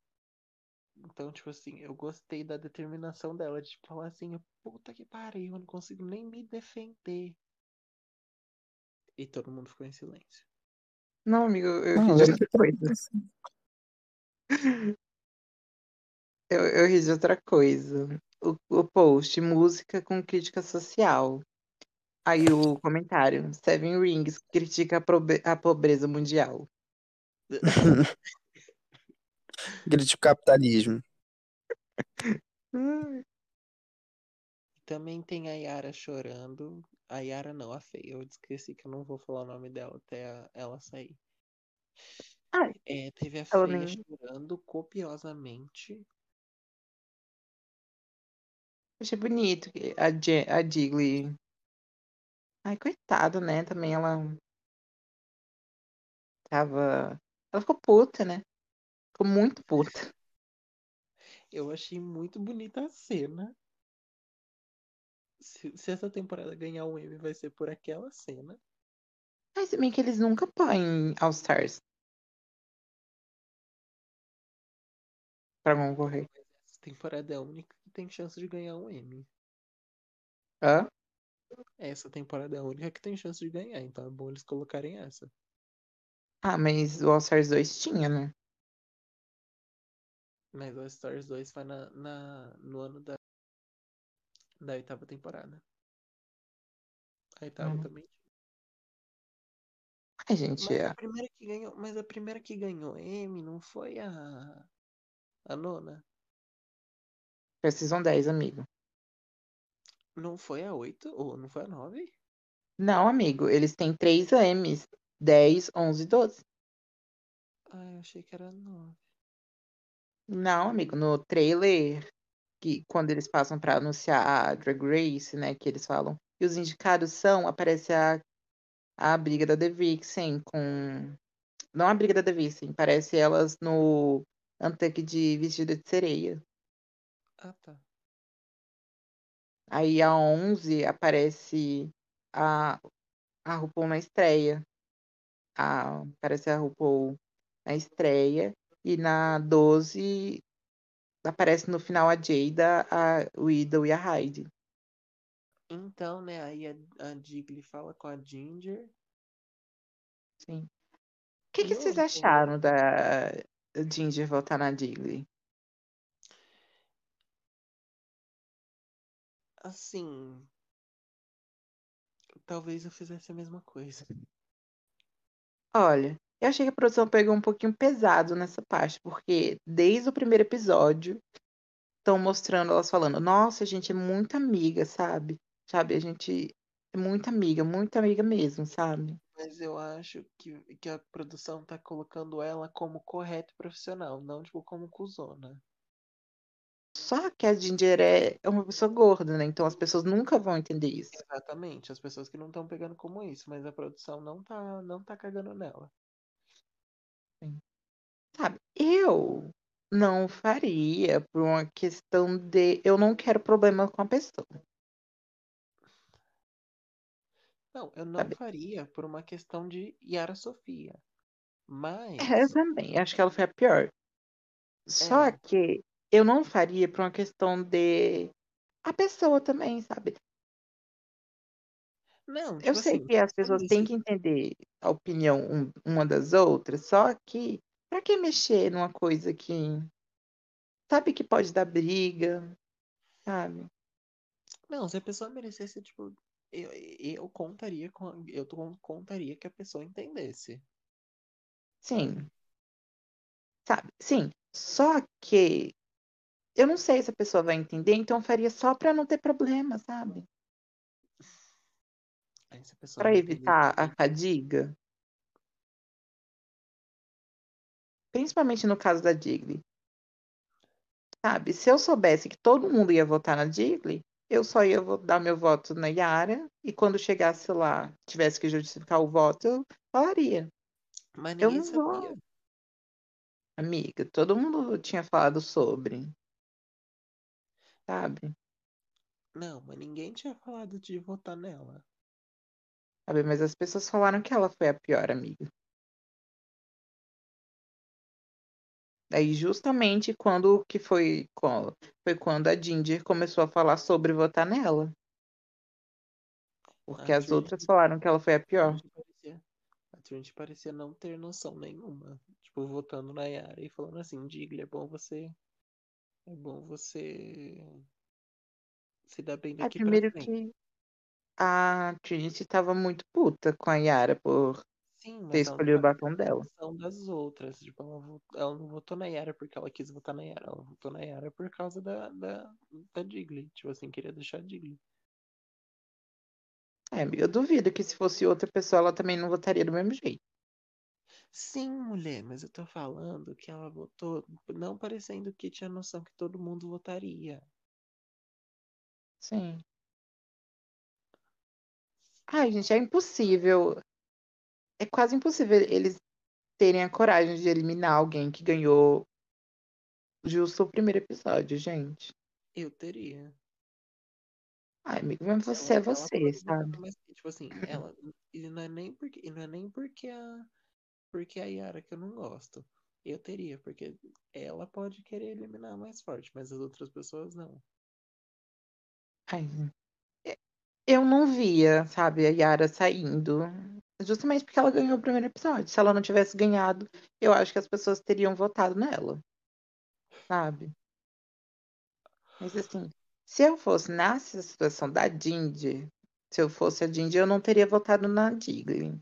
A: Então, tipo assim, eu gostei da determinação dela de tipo, falar assim: puta que pariu, eu não consigo nem me defender. E todo mundo ficou em silêncio.
B: Não, amigo, eu
C: Não,
B: ri de
C: eu-
B: outra coisa. Eu, eu ri de outra coisa. O, o post, música com crítica social. Aí o comentário, Seven Rings critica a, probe- a pobreza mundial.
C: Grito capitalismo.
B: Ai,
A: Também tem a Yara chorando. A Yara não, a feia. Eu esqueci que eu não vou falar o nome dela até a- ela sair.
B: Ai.
A: É, teve a
B: Ela
A: feia
B: nem-
A: chorando copiosamente.
B: Achei bonito que a, Je- a Digley. Ai, coitado, né? Também ela tava. Ela ficou puta, né? Ficou muito puta.
A: Eu achei muito bonita a cena. Se, se essa temporada ganhar um M, vai ser por aquela cena.
B: Mas se bem que eles nunca põem All Stars pra concorrer.
A: Essa temporada é a única que tem chance de ganhar um M.
B: Hã?
A: Essa temporada é a única que tem chance de ganhar, então é bom eles colocarem essa.
B: Ah, mas o All Stars 2 tinha, né?
A: Mas o Stars 2 vai na, na- no ano da, da oitava temporada. A oitava
B: Hum.
A: também
B: Ai, gente,
A: Mas
B: é.
A: a primeira que ganhou, mas a primeira que ganhou M não foi a a nona?
B: foi a Season 10, amigo.
A: Não foi a 8 ou não foi a 9?
B: Não, amigo, eles têm 3 M's: 10, 11 e 12.
A: Ah, eu achei que era a 9.
B: Não, amigo, no trailer, que quando eles passam pra anunciar a Drag Race, né, que eles falam, e os indicados são, aparece a, a briga da The Vixen com... Não a briga da The Vixen, parece elas no Antuck de Vestida de Sereia.
A: Ah, tá.
B: Aí a 11 aparece a, a RuPaul na estreia. A, aparece a RuPaul na estreia. E na 12 aparece no final a Jada, a Widow e a Hyde.
A: Então, né, aí a, a Digley fala com a Ginger.
B: Sim. O que, que
A: E
B: vocês
A: outra,
B: acharam da Ginger voltar na Digley?
A: Assim, talvez eu fizesse a mesma coisa.
B: Olha, eu achei que a produção pegou um pouquinho pesado nessa parte, porque desde o primeiro episódio estão mostrando elas falando: nossa, a gente é muito amiga, sabe? Sabe, a gente é muito amiga, muito amiga mesmo, sabe?
A: Mas eu acho que, que a produção tá colocando ela como correta e profissional, não tipo como cuzona.
B: Só que a Ginger é é uma pessoa gorda, né? Então as pessoas nunca vão entender isso.
A: Exatamente, as pessoas que não estão pegando como isso, mas a produção não tá, não tá cagando nela.
B: Sabe, eu não faria por uma questão de eu não quero problema com a pessoa.
A: Não, eu não
B: Sabe?
A: faria por uma questão de Yara Sofia. Mas
B: É, eu também. Acho que ela foi a pior. Só
A: É.
B: que eu não faria por uma questão de a pessoa também, sabe?
A: não, tipo
B: Eu sei
A: assim,
B: que as pessoas
A: disse-
B: têm que entender a opinião um- uma das outras, só que pra que mexer numa coisa que sabe que pode dar briga, sabe?
A: não, se a pessoa merecesse, tipo, eu, eu contaria com, a- eu con- contaria que a pessoa entendesse.
B: Sim. Sabe? Sim, só que eu não sei se a pessoa vai entender, então eu faria só pra não ter problema, sabe?
A: Aí se a pessoa
B: Pra
A: não entender
B: evitar a
A: também,
B: fadiga. Principalmente no caso da Digli. Sabe, se eu soubesse que todo mundo ia votar na Digli, eu só ia vo- dar meu voto na Yara e quando chegasse lá, tivesse que justificar o voto, eu falaria.
A: Mas
B: Eu
A: ninguém
B: não vou.
A: sabia.
B: Amiga, todo mundo tinha falado sobre. Sabe?
A: Não, mas ninguém tinha falado de votar nela.
B: Sabe, mas as pessoas falaram que ela foi a pior amiga. Daí, justamente quando que foi, qual- foi quando a Ginger começou a falar sobre votar nela. Porque
A: A
B: as outras
A: Trinity-
B: falaram que ela foi a
A: a
B: pior.
A: Trinity parecia- A Trinity parecia não ter noção nenhuma. Tipo, votando na Yara e falando assim, Digli, é bom você. É bom você se dar bem
B: É,
A: daqui pra
B: primeiro
A: frente.
B: que a Trinity estava muito puta com a Yara por
A: Sim,
B: ter
A: mas ela não
B: escolhido o
A: parece
B: batom dela.
A: noção das outras. Tipo, ela, vo- ela não votou na Yara porque ela quis votar na Yara. Ela votou na Yara por causa da, da, da Digley. Tipo assim, queria deixar a Digley.
B: É, eu duvido que se fosse outra pessoa, ela também não votaria do mesmo jeito.
A: Sim, mulher, mas eu tô falando que ela votou, não parecendo que tinha noção que todo mundo votaria.
B: Sim. Ai, gente, é impossível. É quase impossível eles terem a coragem de eliminar alguém que ganhou justo o primeiro episódio, gente.
A: Eu teria.
B: Ai, amigo, mas você é
A: Então, Ela, ela
B: você,
A: pode votar,
B: sabe?
A: mas, tipo assim, ela. E não é nem porque, e não é nem porque a, porque a Yara que eu não gosto. Eu teria, porque ela pode querer eliminar a mais forte, mas as outras pessoas não.
B: Ai, é- eu não via, sabe, a Yara saindo. Justamente porque ela ganhou o primeiro episódio. Se ela não tivesse ganhado, eu acho que as pessoas teriam votado nela, sabe? Mas assim, se eu fosse nessa situação da Ginger, se eu fosse a Ginger, eu não teria votado na Digley.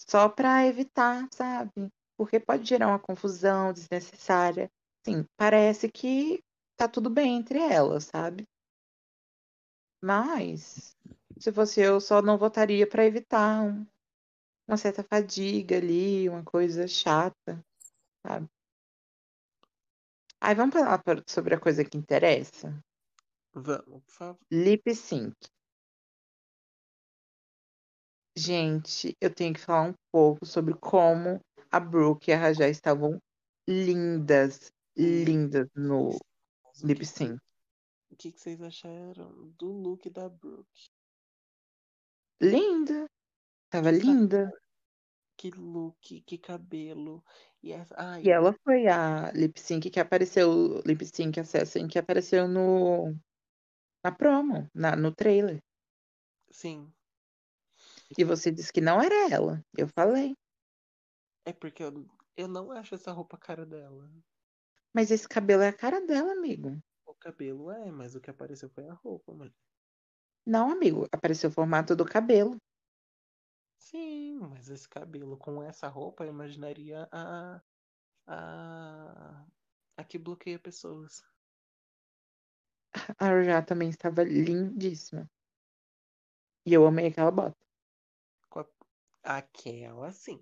B: só para evitar, sabe? Porque pode gerar uma confusão desnecessária. Sim, parece que tá tudo bem entre elas, sabe? Mas se fosse eu, só não votaria para evitar um- uma certa fadiga ali, uma coisa chata, sabe? Aí vamos falar pra- sobre a coisa que interessa.
A: Vamos, por favor.
B: Lip sync. Gente, eu tenho que falar um pouco sobre como a Brooke e a Rajá estavam lindas, lindas no
A: Mas o
B: lip
A: que, que,
B: sync.
A: cê- o que, que vocês acharam do look da Brooke?
B: Linda, tava
A: Que, ca-
B: linda.
A: que look, que cabelo. E essa,
B: E
A: ai,
B: ela foi a lip sync que apareceu, lip sync assassin que apareceu no na promo, na, no trailer.
A: sim.
B: E você disse que não era ela. Eu falei,
A: É porque eu, eu não acho essa roupa a cara dela.
B: mas esse cabelo é a cara dela, amigo.
A: O cabelo é, mas o que apareceu foi a roupa, mulher.
B: Não, amigo, apareceu o formato do cabelo.
A: Sim, mas esse cabelo com essa roupa eu imaginaria a. a. a que bloqueia pessoas.
B: A Rajá também estava lindíssima. E eu amei aquela bota.
A: Com a- aquela sim.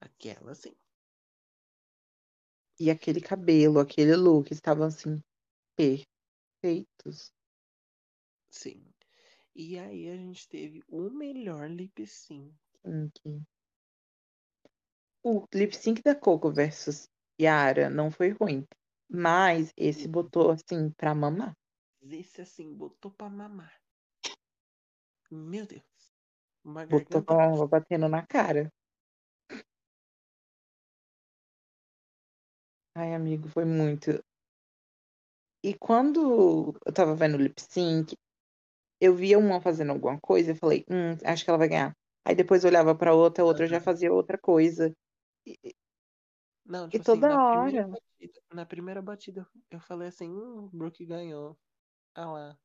A: Aquela sim.
B: E aquele cabelo, aquele look estavam assim perfeitos.
A: Sim. E aí a gente teve o melhor lip sync.
B: Pink. O lip sync da Coco versus Yara não foi ruim, mas esse botou assim pra mamar.
A: Esse assim, botou pra mamar. Meu Deus. Uma
B: Botou
A: garganta.
B: pra mamar batendo na cara. Ai, amigo, foi muito. E quando eu tava vendo o lip sync, eu via uma fazendo alguma coisa e falei, hum, acho que ela vai ganhar. Aí depois eu olhava pra outra, a outra já fazia outra coisa. E, e-
A: Não,
B: e
A: tipo assim,
B: toda
A: na primeira
B: hora.
A: batida, na primeira batida eu- eu falei assim, hum, Brooke ganhou. Ah lá.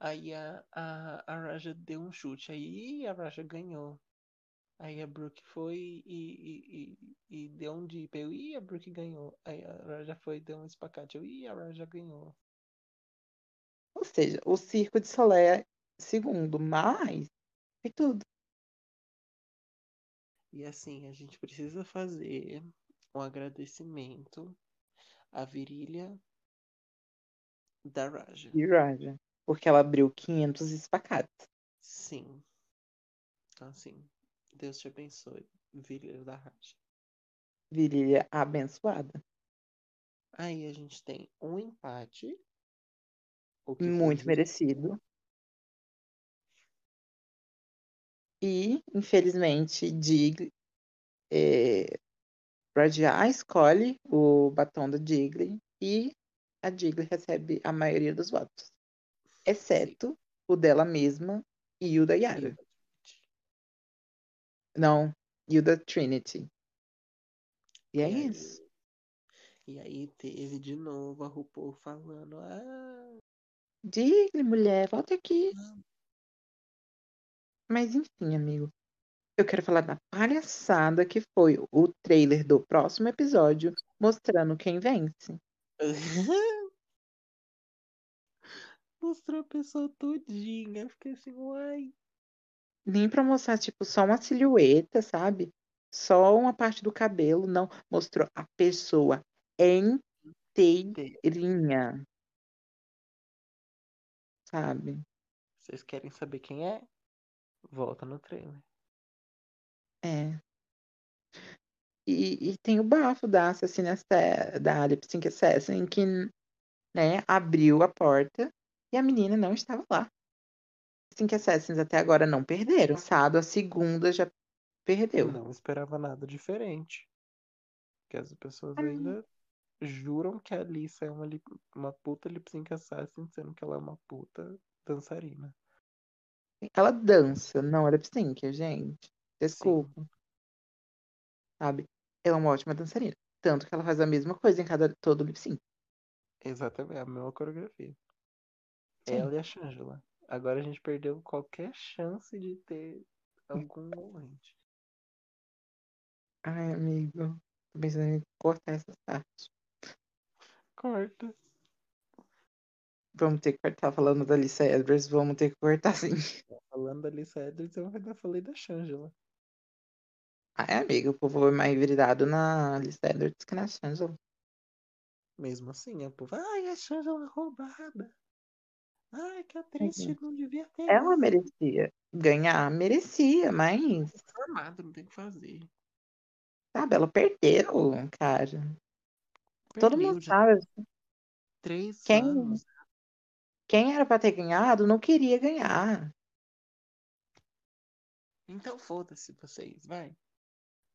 A: Aí a, a, a Raja deu um chute aí e a Raja ganhou. Aí a Brooke foi e, e, e, e deu um dip. Eu, ih, a Brooke ganhou. Aí a Raja foi e deu um espacate. Eu, ih, a Raja ganhou.
B: Ou seja, o circo de Solé é segundo, mas foi tudo.
A: E assim, a gente precisa fazer um agradecimento à virilha da Raja.
B: E Raja. Porque ela abriu 500 espacates.
A: Sim. Então, assim, Deus te abençoe, virilha da Raja.
B: Virilha abençoada.
A: Aí a gente tem um empate. o que foi
B: Muito
A: justo.
B: merecido. E, infelizmente, Dig. É, Rajah escolhe o batom da Digley e a Digley recebe a maioria dos votos. Exceto o dela mesma e o da Yara. Não, e o da Trinity. E
A: E
B: é
A: aí-
B: isso.
A: E aí teve de novo a RuPaul falando, ah, (laughs)
B: Digle, mulher, volta aqui. Mas enfim, amigo. Eu quero falar da palhaçada que foi o trailer do próximo episódio mostrando quem vence.
A: Mostrou a pessoa todinha. Eu fiquei assim, uai.
B: Nem pra mostrar, tipo, só uma silhueta, sabe? Só uma parte do cabelo, não. Mostrou a pessoa inteirinha. Sabe?
A: Vocês querem saber quem é? Volta no trailer.
B: É. E, e tem o bafo da Assassina Asse- da Lip Sync Assassin que, né, abriu a porta e a menina não estava lá. Assim Lip Sync Assassins até agora não perderam. Passado a segunda já
A: Eu
B: perdeu.
A: não esperava nada diferente. Porque as pessoas
B: Ah.
A: ainda juram que a Alissa é uma, lip- uma puta lip sync assassin, sendo que ela é uma puta dançarina.
B: Ela dança, não é Lip Sync, gente. Desculpa, sabe? Ela é uma ótima dançarina. Tanto que ela faz a mesma coisa em cada todo Lip Sync.
A: Exatamente, é a mesma coreografia.
B: Sim.
A: Ela e a Shangela. Agora a gente perdeu qualquer chance de ter algum ouvinte.
B: Ai, amigo. Tô pensando em cortar essa parte.
A: Corta.
B: Vamos ter que cortar falando da Lisa Edwards, vamos ter que cortar sim.
A: Falando da Alissa Edwards, eu ainda falei da Shangela.
B: Ai, amiga, o povo é mais viridado na lista Edwards que na Shangela.
A: Mesmo assim, a povo, ai, a Shangela é roubada. Ai, que atriz
B: Uhum.
A: não devia ter.
B: Ela merecia ganhar, merecia, mas,
A: formada, não tem o que fazer.
B: sabe, ela perdeu, cara. Todo
A: Perdeu
B: mundo
A: já
B: sabe,
A: Três
B: Quem?
A: anos.
B: quem era pra ter ganhado não queria ganhar.
A: Então foda-se vocês, vai.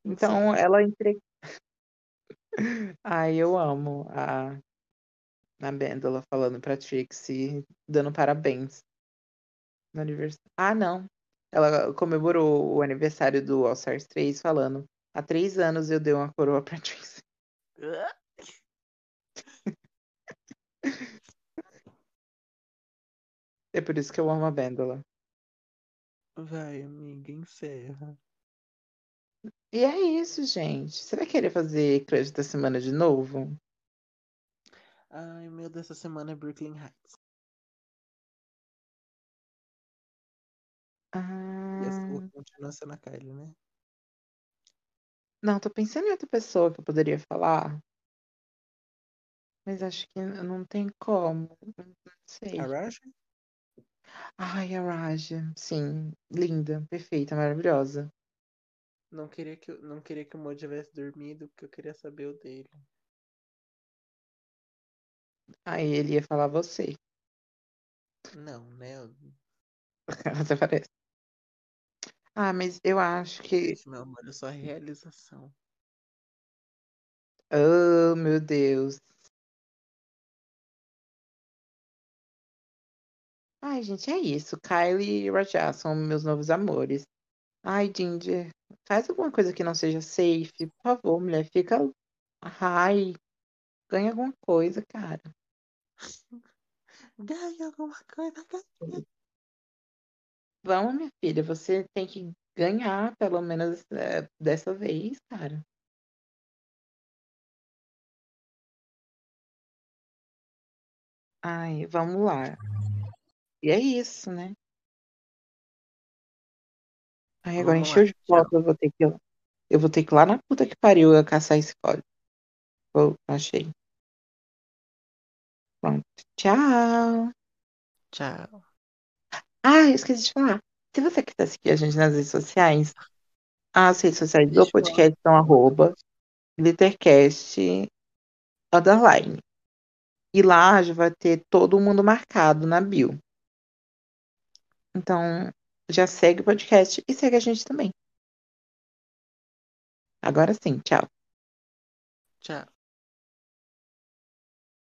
B: Então ela entregou. (laughs) Ai, eu amo a, a Bêndola falando pra Trixie, dando parabéns no aniversário. Ah, não. Ela comemorou o aniversário do All Stars 3 falando: há três anos eu dei uma coroa pra (laughs) Trixie.
A: Ah,
B: É por isso que eu amo a Bêndola.
A: Vai, amiga, encerra.
B: E é isso, gente. Você vai querer fazer crush da semana de novo?
A: Ai, meu, dessa semana é Brooklyn Heights. E a
B: Ah,
A: sua continua sendo a Kylie, né?
B: não, tô pensando em outra pessoa que eu poderia falar. Mas acho que n- não tem como. Não sei.
A: A Raja?
B: Ai, a Raja. Sim, linda, perfeita, maravilhosa.
A: Não queria que, eu- não queria que o Mo tivesse dormido, porque eu queria saber o dele.
B: Aí ele ia falar você. (laughs)
A: Não, né?
B: Você parece. tá Ah, mas eu acho que.
A: Gente, meu amor, eu sou a realização.
B: Oh, meu Deus. Ai, gente, é isso. Kylie e Rajah são meus novos amores. Ai, Ginger, faz alguma coisa que não seja safe. Por favor, mulher, fica. Ai, ganha alguma coisa, cara.
A: Ganha alguma coisa, né? ganha.
B: Vamos, minha filha, você tem que ganhar, pelo menos é, dessa vez, cara. Ai, vamos lá. E é isso, né? Ai, agora
A: Vamos lá,
B: encheu de foto, eu vou ter que. Eu vou ter que ir lá na puta que pariu eu caçar esse código. Pô, achei. Pronto. Tchau.
A: Tchau.
B: Ah, eu esqueci de falar. Se você quiser seguir a gente nas redes sociais, as redes sociais do
A: Deixa eu
B: podcast são arroba glittercast underline. E lá já vai ter todo mundo marcado na bio. Então, já segue o podcast e segue a gente também. Agora sim, tchau.
A: Tchau.